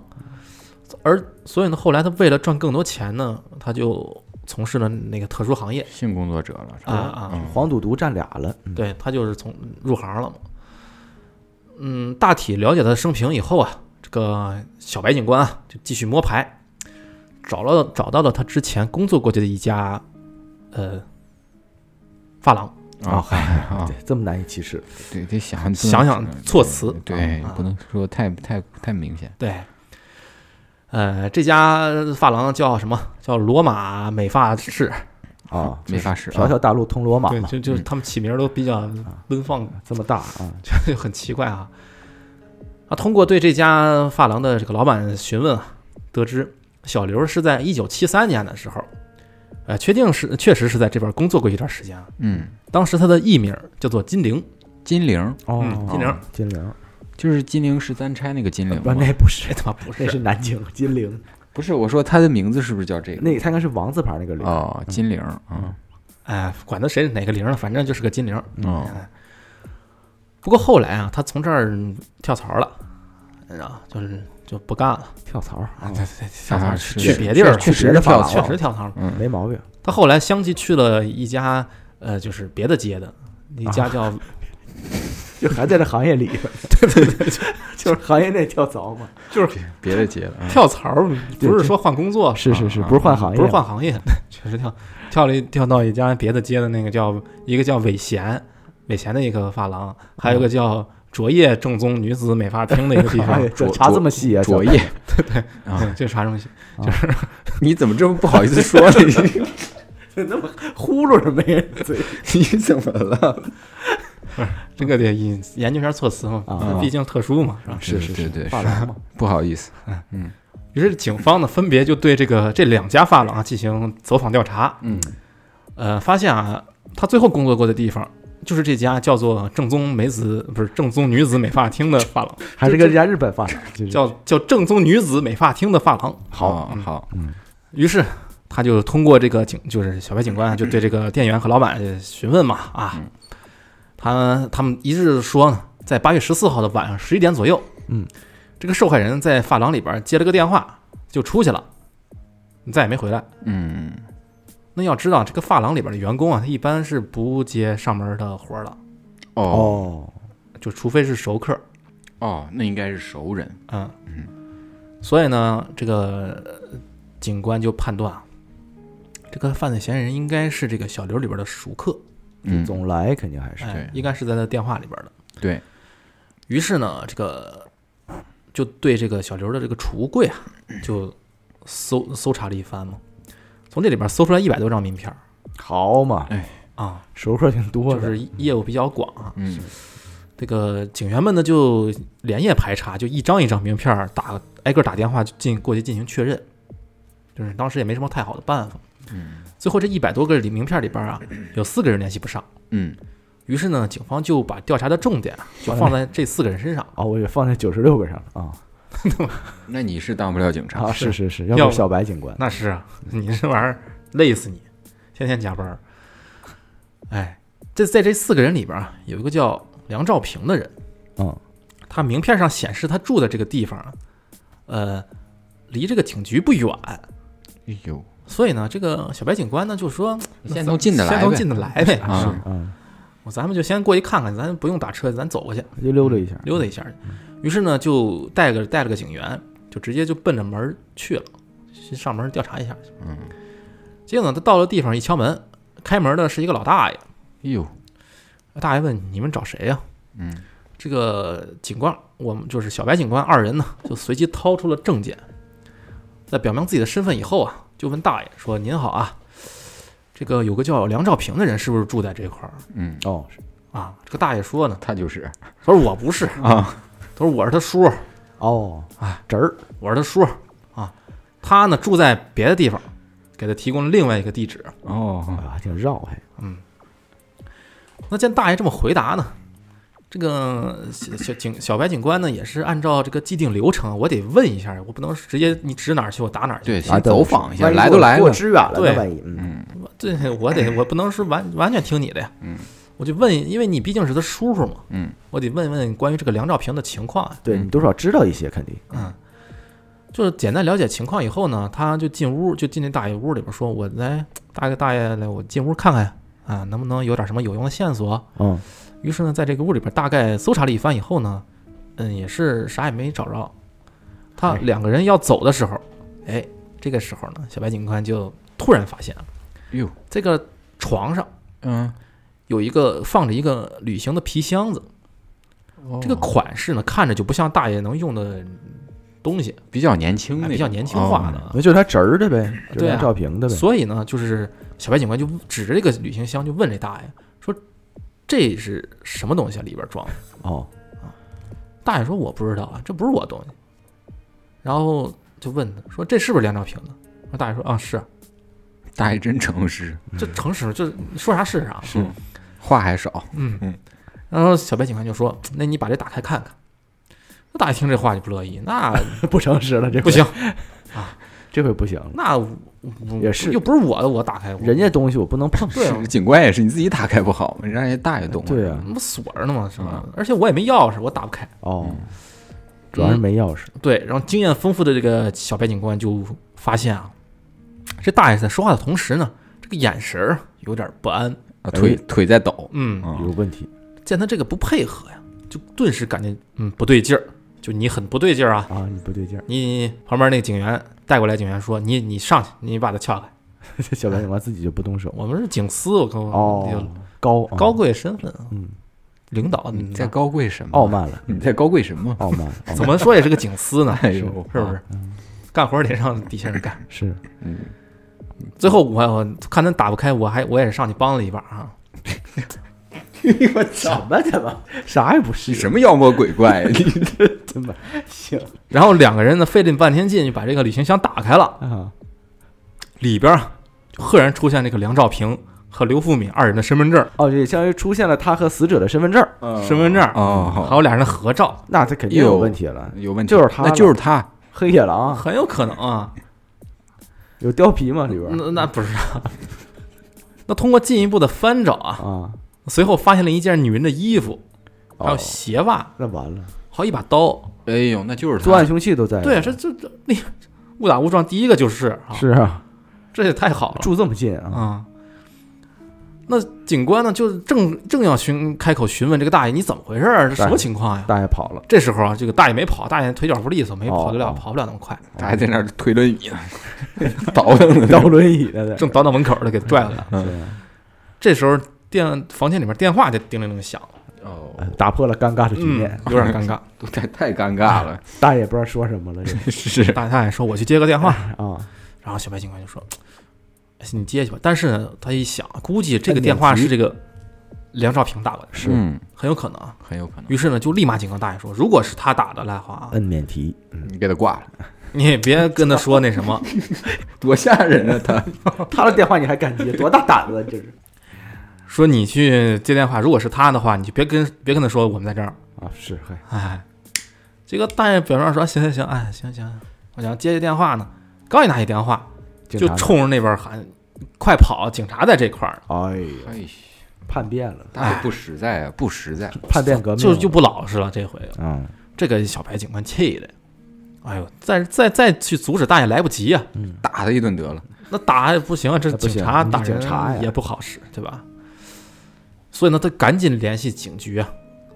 而所以呢，后来他为了赚更多钱呢，他就从事了那个特殊行业
性工作者了，是吧
啊啊，
嗯
黄赌毒占俩了，嗯
对他就是从入行了嘛。嗯，大体了解他的生平以后啊，这个小白警官啊就继续摸排，找了找到了他之前工作过去的一家呃发廊，
啊，
啊
嗨
啊
对，这么难以启齿，
对，得想
想想措辞
对
啊，
不能说太太太明显。
对，呃，这家发廊叫什么？叫罗马美发室
啊，
没法使啊
条条大路通罗马
对，
嘛，
就就是他们起名儿都比较奔放，
这么大啊，
就 很奇怪啊。啊，通过对这家发廊的这个老板询问啊，得知小刘是在一九七三年的时候，呃，确定是确实是在这边工作过一段时间啊。
嗯，
当时他的艺名叫做金玲，
金陵
哦
嗯，金陵，
金陵，
就是金陵十三钗那个金陵
不，
吗？
那不是
这，他妈哎不是
那是南京金陵，
不是，我说他的名字是不是叫这个？
那他应该是王字旁那个陵，
哦，金陵啊，
哎，管他谁哪个玲儿，反正就是个金玲。
哦，
不过后来啊，他从这儿跳槽了，然后就是就不干了，
跳槽啊，
跳槽
啊
去
是
去别地儿了，
确
去别
实
的
是
发
跳
廊
确
槽，
实跳槽了。
嗯，
没毛病，
他后来相继去了一家呃，就是别的街的一家叫
就还在这行业里，对对对，就是行业内跳槽嘛，
别的街了，嗯
跳槽儿
对
不是
这
说换工作，
是是是，
啊
不是换行业，
不是换行业， 确实跳跳了一跳到一家别的街的那个叫一个叫伟贤伟贤的一个发廊，还
嗯
有一个叫卓越正宗女子美发厅的一个地方
哎，这
着
查这么细啊，
卓业，对
嗯
啊，
这啥东西？
你怎么这么不好意思说呢？
呼噜什么呀？嘴
你你怎么了？
这个得研研究一下措辞嘛
啊，
毕竟特殊嘛，是吧？
是
是
对对
发
是，
廊嘛，
不好意思，
于是警方呢，分别就对这个这两家发廊啊进行走访调查。
嗯，
呃，发现啊，他最后工作过的地方就是这家叫做正宗美子，不是正宗女子美发厅的发廊，
还是跟人家日本发廊，就是
叫叫正宗女子美发厅的发廊。嗯
好啊嗯好，
于是他就通过这个警，就是小白警官啊就对这个店员和老板呃询问嘛啊，他他们一致说呢，在八月十四号的晚上十一点左右，
嗯，
这个受害人在发廊里边接了个电话就出去了，再也没回来。
嗯，
那要知道，这个发廊里边的员工啊，他一般是不接上门的活儿了，
哦
哦，
就除非是熟客，
哦，那应该是熟人，
嗯，所以呢，这个呃警官就判断啊，这个犯罪嫌疑人应该是这个小刘里边的熟客，
嗯，
总来肯定还是
哎
对，
应该是在他电话里边的。
对，
于是呢，这个就对这个小刘的这个储物柜啊，就搜搜查了一番嘛，从这里边搜出来一百多张名片儿
好嘛，
啊，
熟客挺多
就
的，
是业务比较广啊，
嗯
这个警员们呢就连夜排查，就一张一张名片儿打挨个打电话进过去进行确认，就是当时也没什么太好的办法。
嗯
最后这一百多个里名片里边啊，有四个人联系不上，
嗯，
于是呢，警方就把调查的重点啊就放在这四个人身上。
哦，我也放在九十六个上了啊
那你是当不了警察
啊，，是是是，
要
要
不
不小白警官
那是啊， 你这玩意儿累死你，天天加班儿。哎，这在这四个人里边啊，有一个叫梁兆平的人，
嗯，
他名片上显示他住的这个地方啊，呃，离这个警局不远。
哎呦，
所以呢，这个小白警官呢就说，那
先
咱
从近的来呗
先从近的 来呗。
啊
是，
嗯，
我咱们就先过去看看，咱不用打车，咱走过去
就溜达一下，
溜达一下。于是呢，就带个带了个警员，就直接就奔着门儿去了，去上门儿调查一下去。
嗯，
结果呢，他到了地方一敲门，开门的是一个老大爷。
哎呦，
大爷问：“你们找谁呀、
嗯，
这个警官，我们就是小白警官二人呢，就随即掏出了证件，在表明自己的身份以后啊，就问大爷说：“您好啊，这个有个叫梁兆平的人是不是住在这块儿
嗯，
哦，是
啊？”这个大爷说呢
他就是，：“
他说我不是啊，他说我是他叔，
哦，侄儿，
我是他叔啊，他呢住在别的地方，给他提供了另外一个地址。
哦，
啊，挺绕还，
那见大爷这么回答呢，这个小小警小白警官呢也是按照这个既定流程，我得问一下，我不能直接你指哪儿去我打哪儿去。
对，
啊
先走访一下，来
都
都来
过
了，
支援了呢，
对
万一嗯，
对，我得我不能是完完全听你的呀。嗯，我就问，因为你毕竟是他叔叔嘛。
嗯，
我得问问关于这个梁兆平的情况啊。
对你多少知道一些肯定，
就是简单了解情况以后呢，他就进屋，就进那大爷屋里边说：“我来，大爷大爷来，我进屋看看啊，能不能有点什么有用的线索？”
嗯，
于是呢，在这个屋里边大概搜查了一番以后呢，嗯，也是啥也没找着。他两个人要走的时候，哎，这个时候呢，小白警官就突然发现啊
哟，
这个床上
嗯，
有一个放着一个旅哦
哦
行的皮箱子，这个款式呢，看着就不像大爷能用的东西，
比较年轻那
哎
种，
比较年轻化的
哦
啊。
那就是他侄儿的呗，就是
对啊
梁少平的呗。
所以呢，就是小白警官就指着这个旅行箱就问这大爷说：“这是什么东西啊？里边装的
哦，？”
大爷说：“我不知道啊，这不是我东西。”然后就问他说：“这是不是梁兆平的？”然后大爷说：“啊，是啊。
大爷真诚实，”
嗯
这诚实就是说啥是啥。
是话还少，
嗯
嗯，
然后小白警官就说：“那你把这打开看看。”那大爷听这话就不乐意， 那
不诚实了，这回
不行，
这回不行了。
那我
也是
又不是我的，我打开我
人家东西我不能碰，
对啊
是警官也是你自己打开不好吗？让人家大爷懂。
对啊，
那不锁着呢吗？是
嗯
吧？而且我也没钥匙，我打不开。
哦，主要是没钥匙，
对，然后经验丰富的这个小白警官就发现啊，这大爷在说话的同时呢，这个眼神儿有点不安。
啊，腿腿在抖，
嗯，
啊
有问题。
见他这个不配合呀，就顿时感觉嗯不对劲儿，就你很不对劲儿啊。
啊，你不对劲儿，
你你旁边那个警员带过来，警员说你你上去，你把他撬开。
这 小白警官自己就不动手。
我们是警司，我靠，
哦，高
就高，贵身份，啊
哦
嗯，
领导，
你
你
在高贵什么？
傲，慢了，
你在高贵什么？，
傲慢了，哦傲慢
怎么说也是个警司呢
哎呦，
是不是？干活得让底下人干。
是
最后我我看他打不开，我还我也是上去帮了一把啊。
什么他妈啥也不是
你 什么妖魔鬼怪？
他妈行
然后两个人呢费了半天劲就把这个旅行箱打开了，
啊，
里边啊就赫然出现这个梁兆平和刘富敏二人的身份证儿、
哦，这相当于出现了他和死者的身份证儿，
身份证儿，还
哦，
有俩人的合照，
那他肯定有问题了。
有问题，
就是他了
那就是他，
黑野狼
很有可能啊，
有貂皮吗？里边儿
那那不知道。 那通过进一步的翻找啊，
啊，
随后发现了一件女人的衣服，还有
哦
鞋袜，
那完了，
还有一把刀。
哎呦，那就是
作案
他，
凶器都在。
对，啊这这这那误打误撞，第一个就是啊，
是啊，
这也太好了。
住这么近啊，
啊。那警官呢，就是正正要询开口询问这个大爷你怎么回事儿，这什么情况呀？
大爷跑了，
这时候啊，这个大爷没跑，大爷腿脚不利索，没跑得了，
哦
跑不了那么快，
他还在那儿推轮椅呢， 倒腾
倒
呢。
轮椅呢，在
正倒到门口儿了，给拽回来。
对啊
这时候电房间里面电话就叮铃铃响了，
哦，
打破了尴尬的局
嗯
面。，
有点尴 尬。
都太太尴尬了，
大爷不知道说什么了，这
是
大大爷说：“我去接个电话。
啊，”
然后小白警官就说：“哎你接去吧。”但是呢，他一想，估计这个电话是这个梁少平打过来的，
是
嗯，
很有可能啊。
很有可能
于是呢，就立马警告大爷说：“如果是他打的来话啊，
摁免提，
你嗯给他挂了，
你也别跟他说那什么。”
多吓人啊！他
他的电话你还敢接，多大胆子，这是
说你去接电话，如果是他的话，你就别跟别跟他说我们在这儿。
啊，是嗨，
哎，这个大爷表面说行行行，哎行行，我想接接电话呢。刚一拿起电话，
警
就
察
冲着那边喊：“快跑！警察在这块儿
哎呀，
哎，
叛变了，
大爷不实在啊，不实在，
叛变革！”命
就
了
就不老实了。这回
嗯
这个小白警官气的，哎呦，再再再去阻止大爷来不及啊！
打他一顿得了。
那打也不行啊，这
那哎不行
警察
你
打
警察
人
呀
也不好使，对吧？所以呢，他赶紧联系警局啊，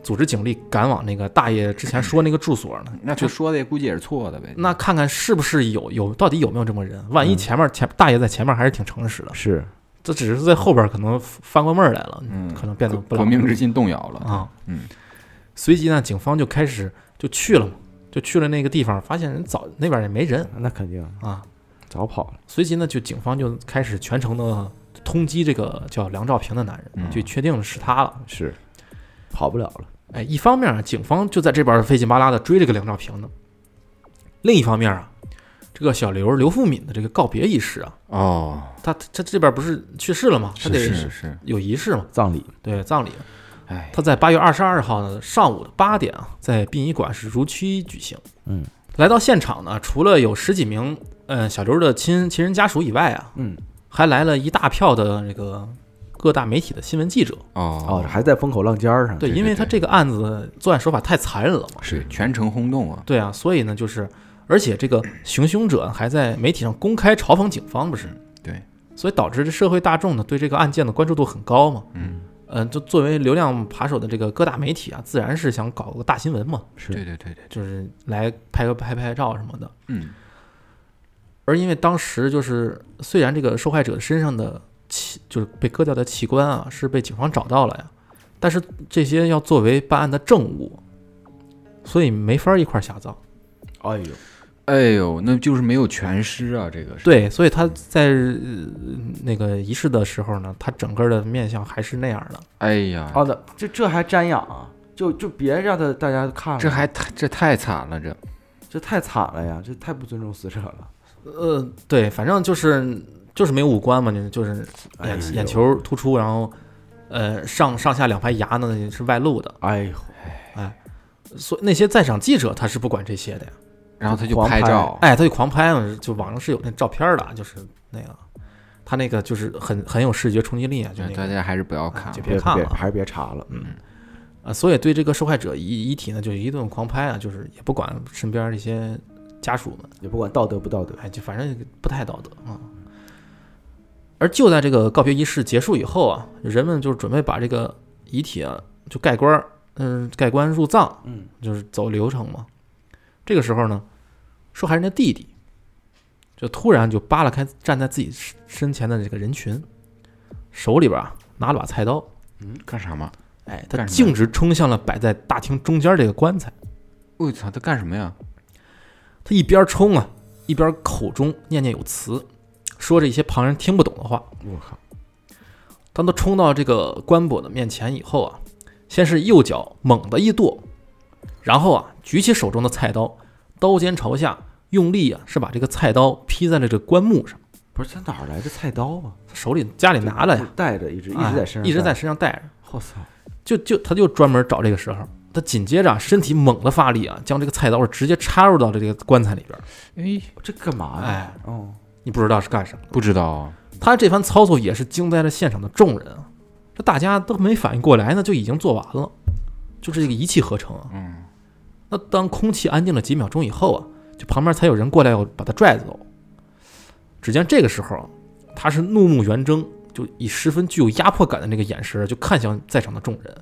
组织警力赶往那个大爷之前说那个住所呢。
那他说的也估计也是错的呗。
那看看是不是有有到底有没有这么人？万一前面前大爷在前面还是挺诚实的，
是
这只是在后边可能翻过味儿来了，
嗯
可能变得不
革
老
命之心动摇了，
啊。
嗯，
随即呢，警方就开始就去了嘛，就去了那个地方，发现人早那边也没人
那肯定
啊。
早跑了，
随即呢，就警方就开始全程的通缉这个叫梁兆平的男人，
嗯
就确定是他了。
是跑不了了，
哎，一方面啊，警方就在这边费劲巴拉的追这个梁兆平呢；另一方面啊，这个小刘刘富敏的这个告别仪式啊。
哦，
他他这边不是去世了吗？他得
是是是，
有仪式嘛，
葬礼
对葬礼。
哎，
他在八月二十二号呢上午的八点啊，在殡仪馆是如期举行。
嗯，
来到现场呢，除了有十几名呃小刘的亲亲人家属以外啊，
嗯，
还来了一大票的这个各大媒体的新闻记者。
哦，
哦，
还在风口浪尖儿上，
对，
对
因为他
对
这个案子作案手法太残忍了嘛。
是全程轰动啊，
对啊，所以呢，就是而且这个行凶者啊还在媒体上公开嘲讽警方，不是？
对，
所以导致这社会大众呢对这个案件的关注度很高嘛。
嗯，
嗯，就作为流量扒手的这个各大媒体啊，自然是想搞个大新闻嘛，
对
是
对对对，
就是来拍个拍拍照什么的。
嗯，
而因为当时就是虽然这个受害者身上的器就是被割掉的器官啊是被警方找到了呀，但是这些要作为办案的证物，所以没法儿一块儿下葬。
哎呦，
哎呦，那就是没有全尸啊，这个是。
对，所以他在、呃那个仪式的时候呢，他整个的面相还是那样的。
哎呀，
好的，哦这这还瞻仰啊？就就别让他大家看了，
这还太这太惨了，这
这太惨了呀，这太不尊重死者了。
呃，对，反正就是就是没有五官嘛，你就是
哎
眼、
呦
眼球突出，然后呃上上下两排牙呢是外露的，
哎呦，
所以那些在场记者他是不管这些的呀，
然后他就
狂
拍
拍
照，
哎，他就狂拍嘛，就网上是有那照片的，啊就是那个他那个就是很很有视觉冲击力啊，就
这
那
大
个。
家还是不要看
就
了。
别看
别
了，
还是别查了。嗯，
啊，所以对这个受害者遗遗体呢，就是一顿狂拍啊，就是也不管身边这些家属们，
也不管道德不道德，
哎，就反正不太道德啊。而就在这个告别仪式结束以后啊，人们就准备把这个遗体啊就盖棺儿，嗯、盖棺入葬，
嗯，
就是走流程嘛。这个时候呢，受害人的弟弟就突然就扒拉开站在自己身身前的这个人群，手里边啊拿了把菜刀，
干啥嘛？
哎，他
干什么
径直冲向了摆在大厅中间这个棺材。
我操，他干什么呀？
他一边冲啊，一边口中念念有词，说着一些旁人听不懂的话。
我靠，
当他冲到这个官博的面前以后啊，先是右脚猛地一跺，然后啊举起手中的菜刀，刀尖朝下，用力啊是把这个菜刀劈在了这棺木上。
不是他哪儿来的菜刀啊？
他手里家里拿了呀，
带着一直一
哎
直在身上，
一直在。身上带着。
我操！
就就他就专门找这个时候，他紧接着啊身体猛地发力啊，将这个菜刀直接插入到了这个棺材里边儿。
哎，
这干嘛呢？
哎，
哦，
你不知道是干什么。
不知道啊。
他这番操作也是惊呆了现场的众人啊，这大家都没反应过来呢，就已经做完了，就是这个一气呵成啊。
嗯，
那当空气安静了几秒钟以后啊，就旁边才有人过来要把他拽走。只见这个时候啊，他是怒目圆睁，就以十分具有压迫感的那个眼神就看向在场的众人，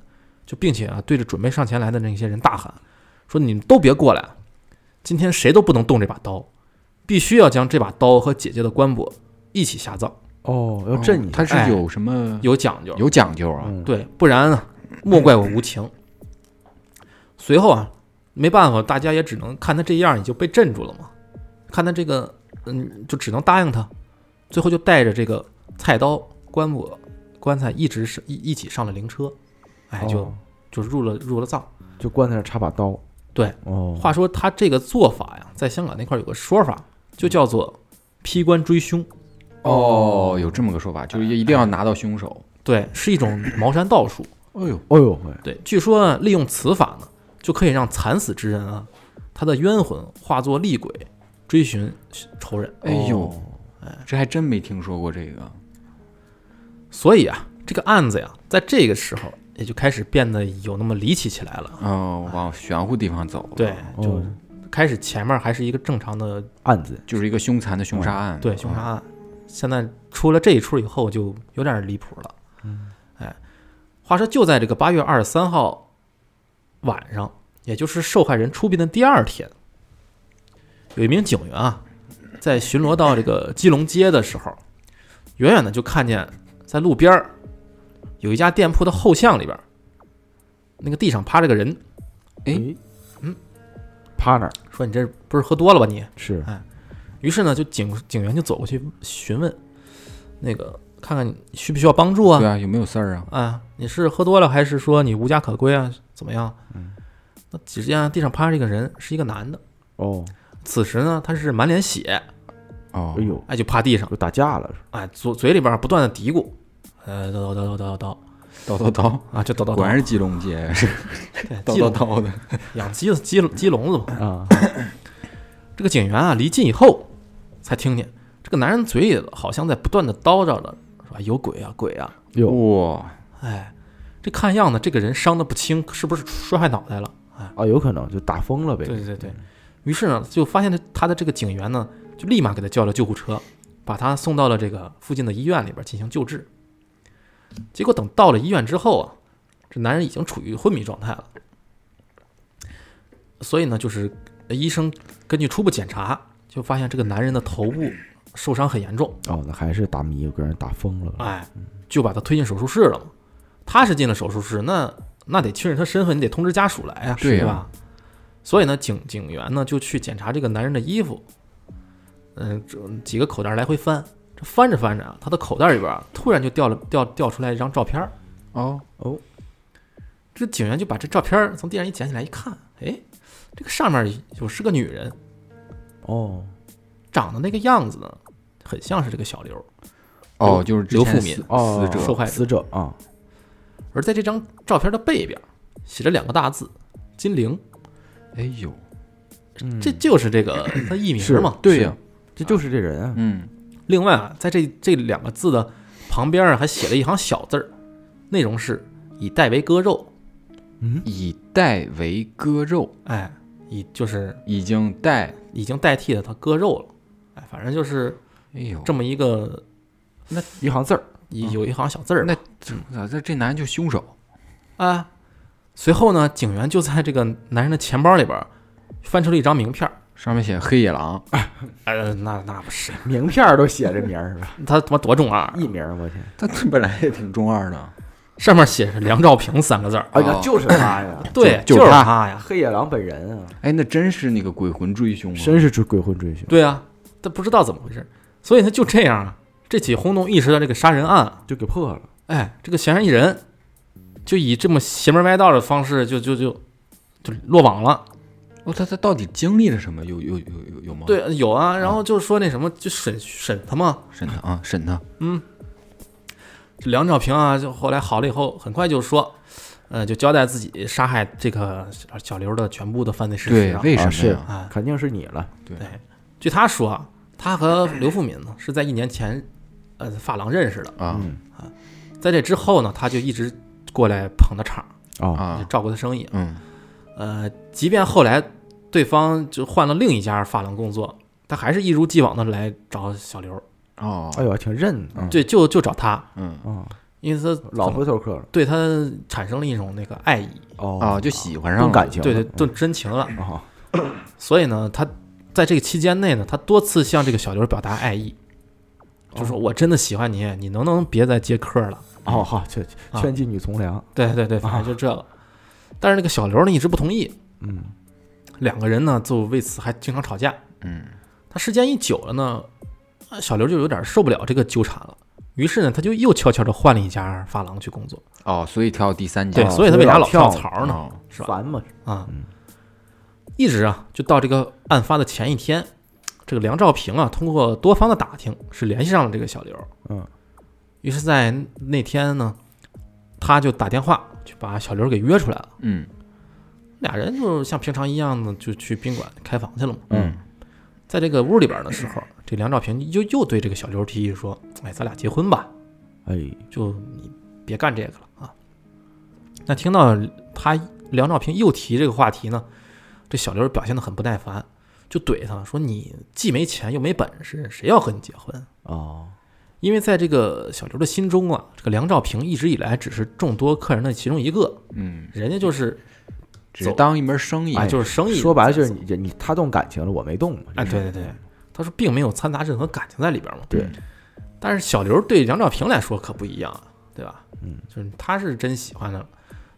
就并且啊对着准备上前来的那些人大喊说：“你们都别过来，今天谁都不能动这把刀，必须要将这把刀和姐姐的棺椁一起下葬，
哦，要震你。
他是
哎
有什么
有讲究。”
有讲究啊？
嗯，
对，不然啊莫怪我无情。 随后啊，没办法，大家也只能看他这样已经被镇住了嘛，看他这个，嗯，就只能答应他。最后就带着这个菜刀、棺椁、棺材一直是一一起上了灵车，哎，就、
哦
就入了入了葬。
就棺材上插把刀。
对，
哦，
话说他这个做法呀，在香港那块儿有个说法，就叫做劈棺追凶。
哦，有这么个说法，就是一定要拿到凶手。
对，是一种茅山道术。
哎呦，
哎呦喂，
对，据说啊利用此法呢，就可以让惨死之人啊，他的冤魂化作厉鬼，追寻仇人。哦
哎呦，这还真没听说过这个。
所以啊，这个案子呀，在这个时候也就开始变得有那么离奇起来了。
哦，往玄乎地方走了。
对，就
哦
开始前面还是一个正常的
案子
就是一个凶残的凶杀案。
嗯
哦
对凶杀案，现在出了这一出以后，就有点离谱了。嗯，哎，话说就在这个八月二十三号晚上，也就是受害人出殡的第二天，有一名警员啊，在巡逻到这个基隆街的时候，远远的就看见在路边儿有一家店铺的后巷里边儿，那个地上趴着个人，
哎
嗯，趴那儿
说：“你这不是喝多了吧你？”
是
于是呢，就警警员就走过去询问，那个看看你需不需要帮助啊
对？啊，有没有事儿啊？
啊，你是喝多了还是说你无家可归啊？怎么样？嗯，那只见啊地上趴着一个人，是一个男的。
哦，
此时呢，他是满脸血，
哦，
哎呦，
哎，就趴地上，
就打架了，
哎，嘴嘴里边不断的嘀咕，呃，叨叨叨叨叨叨
叨叨叨，
啊，就叨叨
果然
叨，
是基隆街，是
对，
叨
鸡
叨
笼
叨的。
养鸡鸡鸡笼子嘛。
啊，
这个警员啊，离近以后才听见这个男人嘴里好像在不断的叨叨着，说哎有鬼啊鬼啊，
哟
哇，
哎，这看样子这个人伤得不轻，是不是摔坏脑袋了？
啊，有可能就打疯了呗。
对对对。于是呢，就发现他的这个警员呢，就立马给他叫了救护车，把他送到了这个附近的医院里边进行救治。结果等到了医院之后啊，这男人已经处于昏迷状态了。所以呢，就是呃医生根据初步检查，就发现这个男人的头部受伤很严重，
哦，那还是打迷糊，给人打疯了。
哎，就把他推进手术室了嘛。他是进了手术室，那那得确认他身份，你得通知家属来呀、
对呀
是吧？所以呢，警警员呢就去检查这个男人的衣服，嗯，这几个口袋来回翻，这翻着翻着啊，他的口袋里边啊突然就掉了掉掉出来一张照片儿，
哦，
这警员就把这照片儿从地上一捡起来一看，哎，这个上面有是个女人，
哦，
长得那个样子呢，很像是这个小刘。
哦，就是之
刘
前
富敏
死
哦，
死者
受害者
死者啊，
而在这张照片的背边写着两个大字“金陵
哎呦，”，
这就是这个他艺
是
名嘛。
嗯对
是
呀
这就是这人啊，
嗯，
另外啊，在这这两个字的旁边啊，还写了一行小字儿，内容是“以代为割肉
嗯
以代为割肉，”，
哎，以就是
已经代，
已经代替了他割肉了，哎，反正就是
哎呦，
这么一
哦
个
一行字儿，
一有一行小字儿吧。
那咋这这男就凶手？
啊。随后呢，警员就在这个男人的钱包里边儿翻出了一张名片儿。
上面写黑野狼，
呃，那那不是，
名片儿都写这名儿是 吧？
他他妈多重啊！
艺名儿我天，
他这本来也挺中二的，
上面写着梁兆平三个字儿。
哎呀
哦，
就是他呀，
对，
就
就是
他
他呀。
黑野狼本人啊，
哎，那真是那个鬼魂追凶啊！
真是追鬼魂追寻，
对啊，他不知道怎么回事儿，所以他就这样啊。这起轰动一时的这个杀人案啊，
就给破了，
哎，这个嫌疑人就以这么邪门歪道的方式就就就就落网了。
哦，他他到底经历了什么？有有有有有吗？，
对，有啊，然后就说那什么，就审审他嘛。
审他啊，审他，
这梁兆平啊，就后来好了以后，很快就说，呃，就交代自己杀害这个小小刘的全部的犯罪事实
对，
啊。
为什
啊
么
是
呀？
啊，
肯定是你了，
据他说啊，他和刘富敏呢是在一年前，呃，发廊认识的。
啊
嗯
在这之后呢，他就一直过来捧他场，
啊，
就
啊，
照顾他生意。
嗯，
呃，即便后来对方就换了另一家发廊工作，他还是一如既往的来找小刘，
哦，
哎呦，挺认啊，
对，就就找他，
嗯
啊，
因为他
老
可能
回头客了，
对他产生了一种那个爱意，
哦
啊，就喜欢上
动
了，
感情了，
对对，动真情了。
啊，
所以呢，他在这个期间内呢，他多次向这个小刘表达爱意，就说我真的喜欢你，你能不能别再接客了？
哦，好，劝
啊
劝妓女从良，
对对对，反正就这个。但是那个小刘呢，一直不同意，
嗯，
两个人呢就为此还经常吵架。
嗯，
他时间一久了呢，呃小刘就有点受不了这个纠缠了。于是呢，他就又悄悄的换了一家发廊去工作。
哦，所以跳到第三家
对，
哦
所以他为啥老
所以老
跳
跳
槽呢？
哦
是吧
烦嘛，
啊
嗯，
一直啊，就到这个案发的前一天，这个梁兆平啊，通过多方的打听，是联系上了这个小刘。
嗯，
于是，在那天呢，他就打电话就把小刘给约出来了。
嗯
俩人就是像平常一样呢，就去宾馆开房去了嘛。
嗯，
在这个屋里边的时候，这梁兆平又又对这个小刘提议说：“哎，咱俩结婚吧，
哎，
就你别干这个了啊。”那听到他梁兆平又提这个话题呢，这小刘表现的很不耐烦，就怼他说：“你既没钱又没本事，谁要和你结婚
哦，？”
因为在这个小刘的心中啊，这个梁兆平一直以来只是众多客人的其中一个，
嗯，
人家就是
只是当一门生意，
哎
啊，就是生意。
说白了就是你你他动感情了，我没动嘛，
哎，对对对，他说并没有掺杂任何感情在里边嘛。
嗯
对，
但是小刘对梁兆平来说可不一样啊，对吧？
嗯，
就是他是真喜欢的，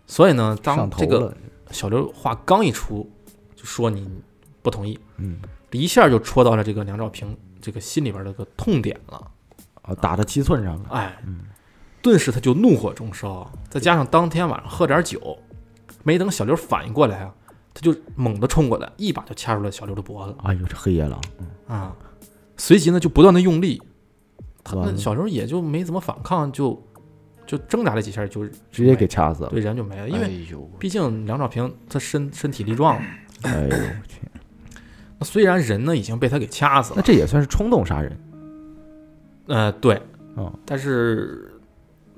所以呢，当
上
这
头
个
了，
小刘话刚一出，就说你不同意，
嗯，
这一下就戳到了这个梁兆平这个心里边儿的个痛点了，
啊，打到七寸上了，
哎，顿时他就怒火中烧，再加上当天晚上喝点酒，没等小刘反应过来啊，他就猛地冲过来，一把就掐住了小刘的脖子
哎呦，这黑夜狼，
啊，随即呢就不断的用力，他
完
那
了
小刘也就没怎么反抗，就就挣扎了几下就
直接给掐死了，
对人就没了，因
哎
为
呦，
毕竟梁兆平他身身体力壮，
哎呦我天，
那虽然人呢已经被他给掐死
那
了，
这也算是冲动杀人，
呃，对，
哦
但是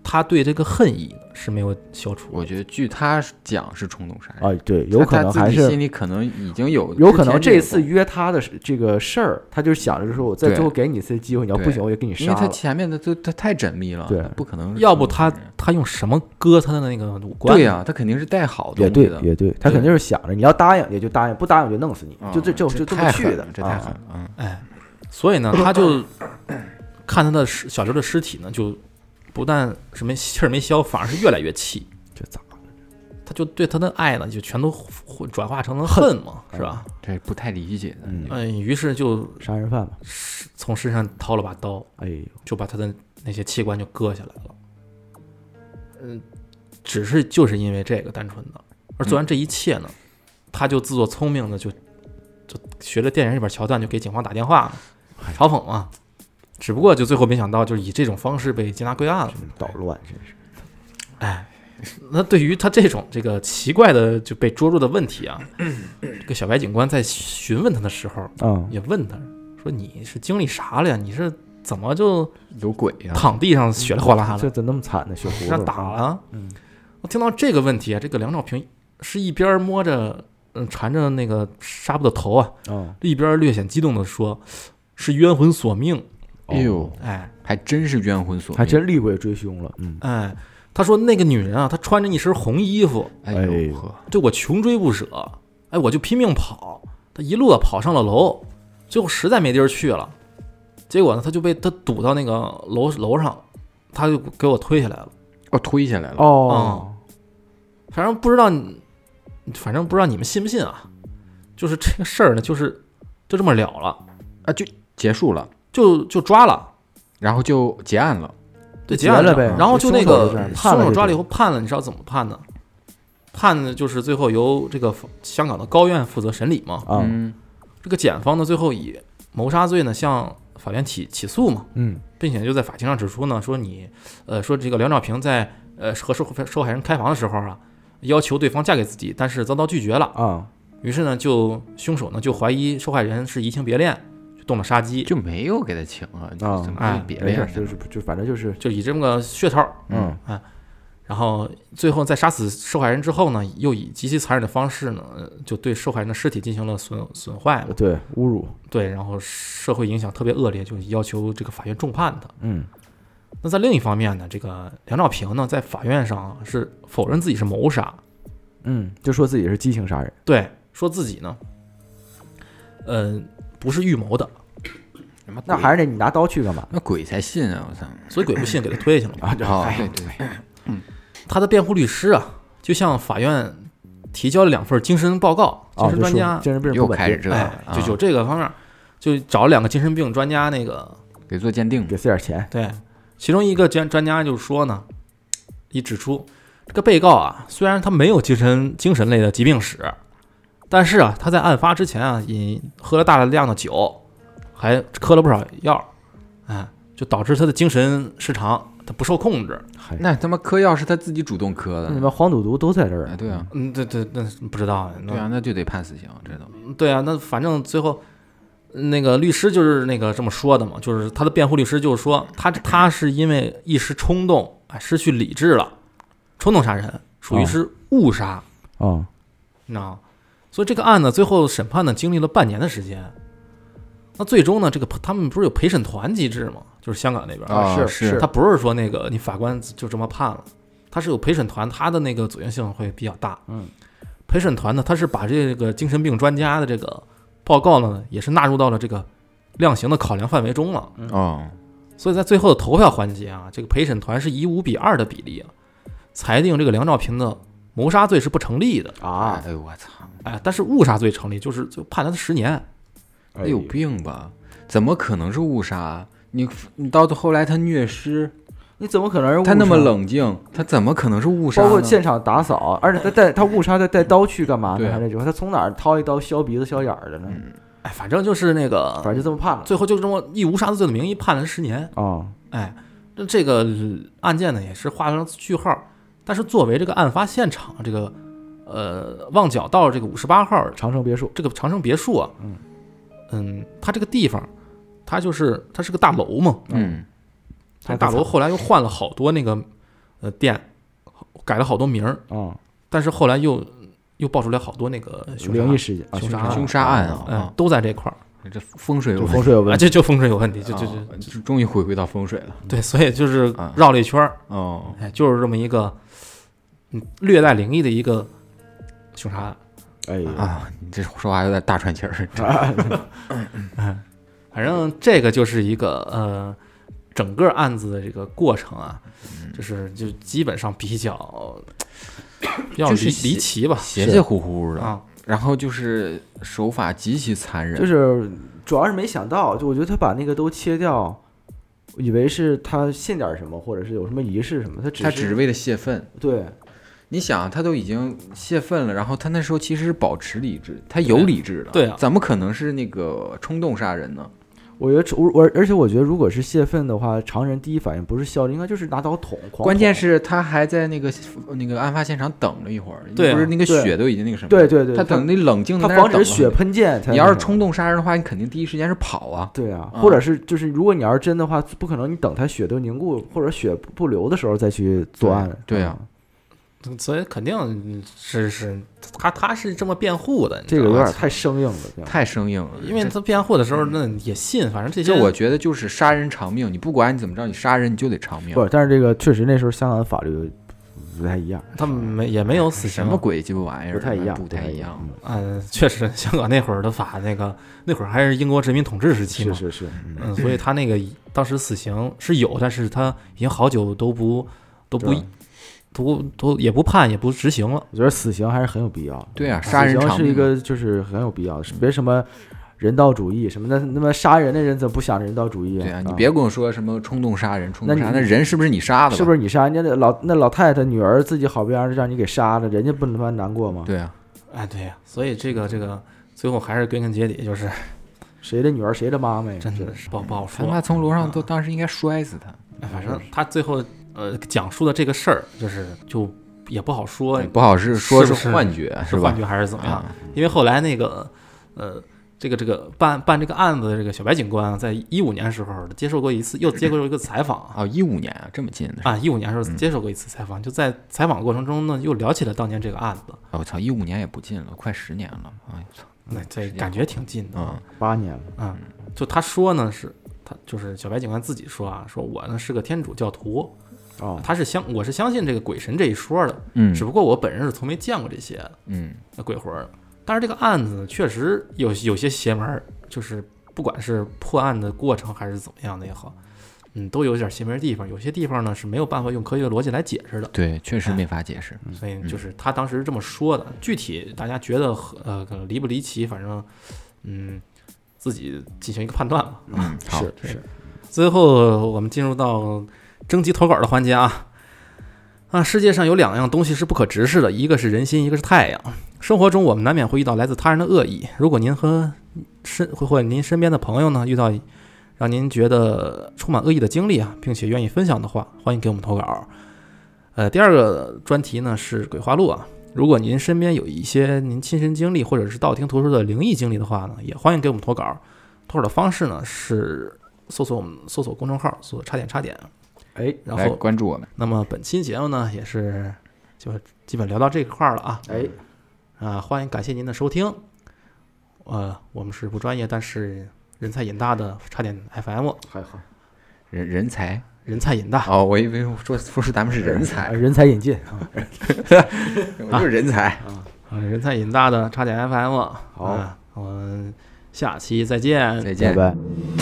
他对这个恨意是没有消除的，
我觉得据他讲是冲动杀人，
哎，对，有可
他
能
他
还
自己
是
心里可能已经有，
有可能这次
之前
约他的是这个事儿，他就想着说，我再
对
最后给你一次机会，你要不
对
行，我就给你
这种，因
杀
为他
了，
前面的都他太缜密了，
对
他不可能是冲动杀人，
要不他他用什么割他的那个五官？
对呀，他肯定是带好东
也
西
对
的，
也对，他
对
肯定是想着你要答应也就答应，不答应我就弄死你，
啊
就这就就这么
太
去
狠
的
了，这太
啊
狠，了，嗯，
哎，所以呢，他就看他的尸小刘的尸体呢，就不但是没气儿没消，反而是越来越气，
这咋
他就对他的爱呢，就全都转化成了恨嘛，是吧？
这不太理解的。
嗯
嗯，于是就
杀人犯嘛，
从身上掏了把刀，
哎呦，
就把他的那些器官就割下来了。嗯，只是就是因为这个单纯的，而做完这一切呢，他就自作聪明的就就学着电影里边桥段，就给警方打电话嘲讽嘛。只不过就最后没想到，就是以这种方式被缉拿归案了。
捣乱真是。
哎，那对于他这种这个奇怪的就被捉住的问题 啊，这个小白警官在询问他的时候，
嗯，
也问他说：“你是经历啥了呀？你是怎么就
有鬼啊呀、
躺地上血里哗啦
这
的，
怎么那么惨呢？血葫芦
让打了啊？”
嗯，
我听到这个问题啊，这个梁兆平是一边摸着嗯缠着那个纱布的头啊，
嗯，
一边略显激动的说：“是冤魂索命。
哎呦，
哎”
还真是冤魂所
哦还
命。
真厉鬼追凶了。嗯，
哎哎，他说那个女人啊，她穿着一身红衣服，
哎
哎
呦
呦
呵，
对我穷追不舍，哎，我就拼命跑，他一路地跑上了楼，最后实在没地儿去了，结果呢，他就被他堵到那个楼楼上，他就给我推下来了。
哦，推下来了。
哦，
反正不知道你，反正不知道你们信不信啊，就是这个事儿呢，就是就这么了了，
啊，就结束了，
就就抓了，
然后就结案了。
对，结
结
案
了呗
然后就那
凶手
个
就这样判
凶
了
手
这
抓了以
种
后判了，你知道怎么判呢？判的就是最后由这个香港的高院负责审理嘛。
啊，
嗯，
这个检方呢，最后以谋杀罪呢向法院起起诉嘛，
嗯，
并且就在法庭上指出呢，说你，呃，说这个梁兆平在呃和受受害人开房的时候啊，要求对方嫁给自己，但是遭到拒绝了。
啊，
于是呢，就凶手呢就怀疑受害人是移情别恋，就动了杀机，就
就没有给他请啊，
啊
怎么
哎
就别
没
恋
事，
上
就是就反正就是，
以这么个噱头。
嗯
然后最后在杀死受害人之后呢，又以极其残忍的方式呢，呃就对受害人的尸体进行了损损坏嘛，
嗯对，侮辱，
对，然后社会影响特别恶劣，就要求这个法院重判他。
嗯，
那在另一方面呢，这个梁兆平呢，在法院上是否认自己是谋杀，
嗯，就说自己是激情杀人，
对，说自己呢，呃，不是预谋的，
什么鬼？
那还是得你拿刀去干嘛
那鬼才信啊！我操！
所以鬼不信，给他推下去了嘛。
啊？这
哦，
哎
对对对，
他的辩护律师啊，就向法院提交了两份精神报告，精
哦，
神
就
专
说
家，
精神病
又
不稳
开始
定，
这个
哎
了，，啊
就有这个方面，就找了两个精神病专家，那个
给做鉴定
给。塞点钱，
对，其中一个专专家就说呢，一指出这个被告啊，虽然他没有精神精神类的疾病史，但是啊，他在案发之前啊，饮喝了大量的酒，还嗑了不少药，哎，就导致他的精神失常，他不受控制。
嗨，
那他妈嗑药是他自己主动嗑
那
的
你，们黄赌毒都在这儿
哎，，对啊，
嗯，对对，那不知道啊，那
对啊，那就得判死刑，这都
对啊，那反正最后那个律师就是那个这么说的嘛，就是他的辩护律师就是说他他是因为一时冲动啊失去理智了，冲动杀人属于是误杀，
啊，
你知道吗？所以这个案子最后审判呢经历了半年的时间，那最终呢这个他们不是有陪审团机制吗？就是香港那边，
啊
是
是
是
他不是说那个你法官就这么判了，他是有陪审团，他的那个组织性会比较大。
嗯，
陪审团呢，他是把这个精神病专家的这个报告呢，也是纳入到了这个量刑的考量范围中了。
哦，
所以在最后的投票环节啊，这个陪审团是以五比二的比例啊，裁定这个梁兆平的谋杀罪是不成立的，
啊，
哎呦我操，
哎，但是误杀罪成立，就是就判了他十年。
哎
那有病吧？怎么可能是误杀？你你到后来他虐尸，
你怎么可能是误
他那么
杀？
冷静，他怎么可能是误杀呢？
包括现场打扫，而且他带他误杀，他带刀去干嘛
对啊
呢？还那句话，他从哪儿掏一刀削鼻子削眼儿的呢？
嗯
哎，反正就是那
啊
个，
反正就这么判了
最后就这么以无杀罪的名义判了十年。
啊。
哎，那这个呃案件呢也是画上句号，但是作为这个案发现场，这个呃旺角道这个五十八号
长城别墅
这个长城别墅啊，嗯它这个地方，它就是它是个大楼嘛，
嗯，
它大楼后来又换了好多那个呃店，改了好多名儿，
啊，
但是后来又又爆出来好多那个凶
灵
杀，
异事件啊，
凶
杀
杀案
凶杀案啊
嗯，都在这块儿，
这风水有
就
问
风
题
水有
啊，
问题，
这就风水有问题，就就就
啊就终于回归到风水了。
对，所以就是
啊
绕了一圈儿，
哦，
哎，就是这么一个，嗯，略带灵异的一个凶杀案。
哎呀，啊
啊，你这说话有点大喘气儿。
反正这个就是一个呃，整
嗯
个案子的这个过程啊，就是就基本上比较比较
就
离
是
离
写
奇吧，
邪邪乎乎的，
啊，
然后就是手法极其残忍，
就是主要是没想到，就我觉得他把那个都切掉，以为是他献点什么，或者是有什么仪式什么，他只
他
是
只是为了泄愤。
对
你想，啊他都已经泄愤了，然后他那时候其实是保持理智，他有理智的，
对啊
怎么可能是那个冲动杀人呢？
我觉得我我而且我觉得如果是泄愤的话，常人第一反应不是笑，应该就是拿刀捅。狂
关键
捅
是他还在那个那个案发现场等了一会儿，
对啊
不是那个
对
血都已经那个什么，
对对对，
他等那冷静的
他防止血。喷嗯溅才。
你要是冲，动杀人的话，你肯定第一时间是跑啊。
对啊，
嗯
或者是就是如果你要是真的话，不可能你等他血都凝固或者血不不流的时候再去作案。
对对啊
嗯，
所以肯定是是他他是这么辩护的，你
这
知
个
道
有
吧
点太生硬了。这样
太生硬了，
因为
这
他辩护的时候那也信，反正这些
这我觉得就是杀人偿命，你不管你怎么着，你杀人你就得偿命
不。是，但是这个确实那时候香港的法律不太一样，
他没也没有死刑
什么鬼鸡巴玩意儿？
不太一样，
不太一样。
嗯
嗯，确实，香港那会儿的法，那个那会儿还是英国殖民统治时期
是
嘛，
是是，嗯
嗯，所以他那个当时死刑是有，但是他已经好久都不都不
对啊
都都也不判也不执行了，
我觉得死刑还是很有必要的。嗯
对啊，
死
杀人嗯
刑
偿
是一
命
个就是很有必要的，是别什么人道主义什么的，那么杀人的人怎么不想着人道主义？
对啊，你别跟我说什么冲动杀人、冲动杀，
那
那
你
人是不是你杀的吧？
是不是你杀人家的老那老太太女儿自己好不容易让你给杀了，人家不他妈难过吗？
对啊，
哎，对呀、所以这个这个最后还是归根结底就是
谁的女儿谁的妈妈呀？
真
这
的哎是不哎不好
他
说
妈，从楼上都当时应该摔死他，
哎反正他最后呃讲述的这个事儿就是就也不好说
也不好是说
是不是
幻觉
哎是幻
吧？
觉还是怎么样，
啊，
因为后来那个呃。这个这个办办这个案子的这个小白警官啊，在一五年时候接受过一次，又接受过一个采访啊，
哦，一五年啊，这么近的 事儿。
啊，一五年时候接受过一次采访，就在采访过程中呢，又聊起了当年这个案子，
哦我操，一五年也不近了，快十年了。哎呦，操，
那这感觉挺近的。
嗯，
八年了，
啊，就他说呢，是他就是小白警官自己说啊，说我呢是个天主教徒，
哦，
他是相我是相信这个鬼神这一说的，
嗯
只不过我本人是从没见过这些
嗯，
那鬼魂儿。但是这个案子呢确实有有些邪门儿，就是不管是破案的过程还是怎么样的也好，嗯，都有点邪门儿地方，有些地方呢是没有办法用科学逻辑来解释的。
对，确实没法解释。
所以就是他当时是这么说的，具体大家觉得和呃可能离不离奇，反正嗯自己进行一个判断吧。
嗯，好，
是是，
最后我们进入到征集投稿的环节啊啊！世界上有两样东西是不可直视的，一个是人心，一个是太阳。生活中我们难免会遇到来自他人的恶意，如果您和身或或您身边的朋友呢遇到让您觉得充满恶意的经历啊，并且愿意分享的话，欢迎给我们投稿。呃，第二个专题呢是鬼话录啊。如果您身边有一些您亲身经历或者是道听途说的灵异经历的话呢，也欢迎给我们投稿。投稿的方式呢是搜索我们搜索公众号，搜索“差点差点
哎”，
然
来
后
关注我们。
那么本期节目呢也是就基本聊到这块儿了啊
哎，
啊、欢迎感谢您的收听，呃，我们是不专业但是人才引大的差点 FM，
还好，
人人才
人才引大，
哦，我以为说说是咱们是人
啊
才，
人才引进啊，
我就是人才。
呃、人才引大的差点 FM，好
好
啊我们下期再见，
再见
拜。拜。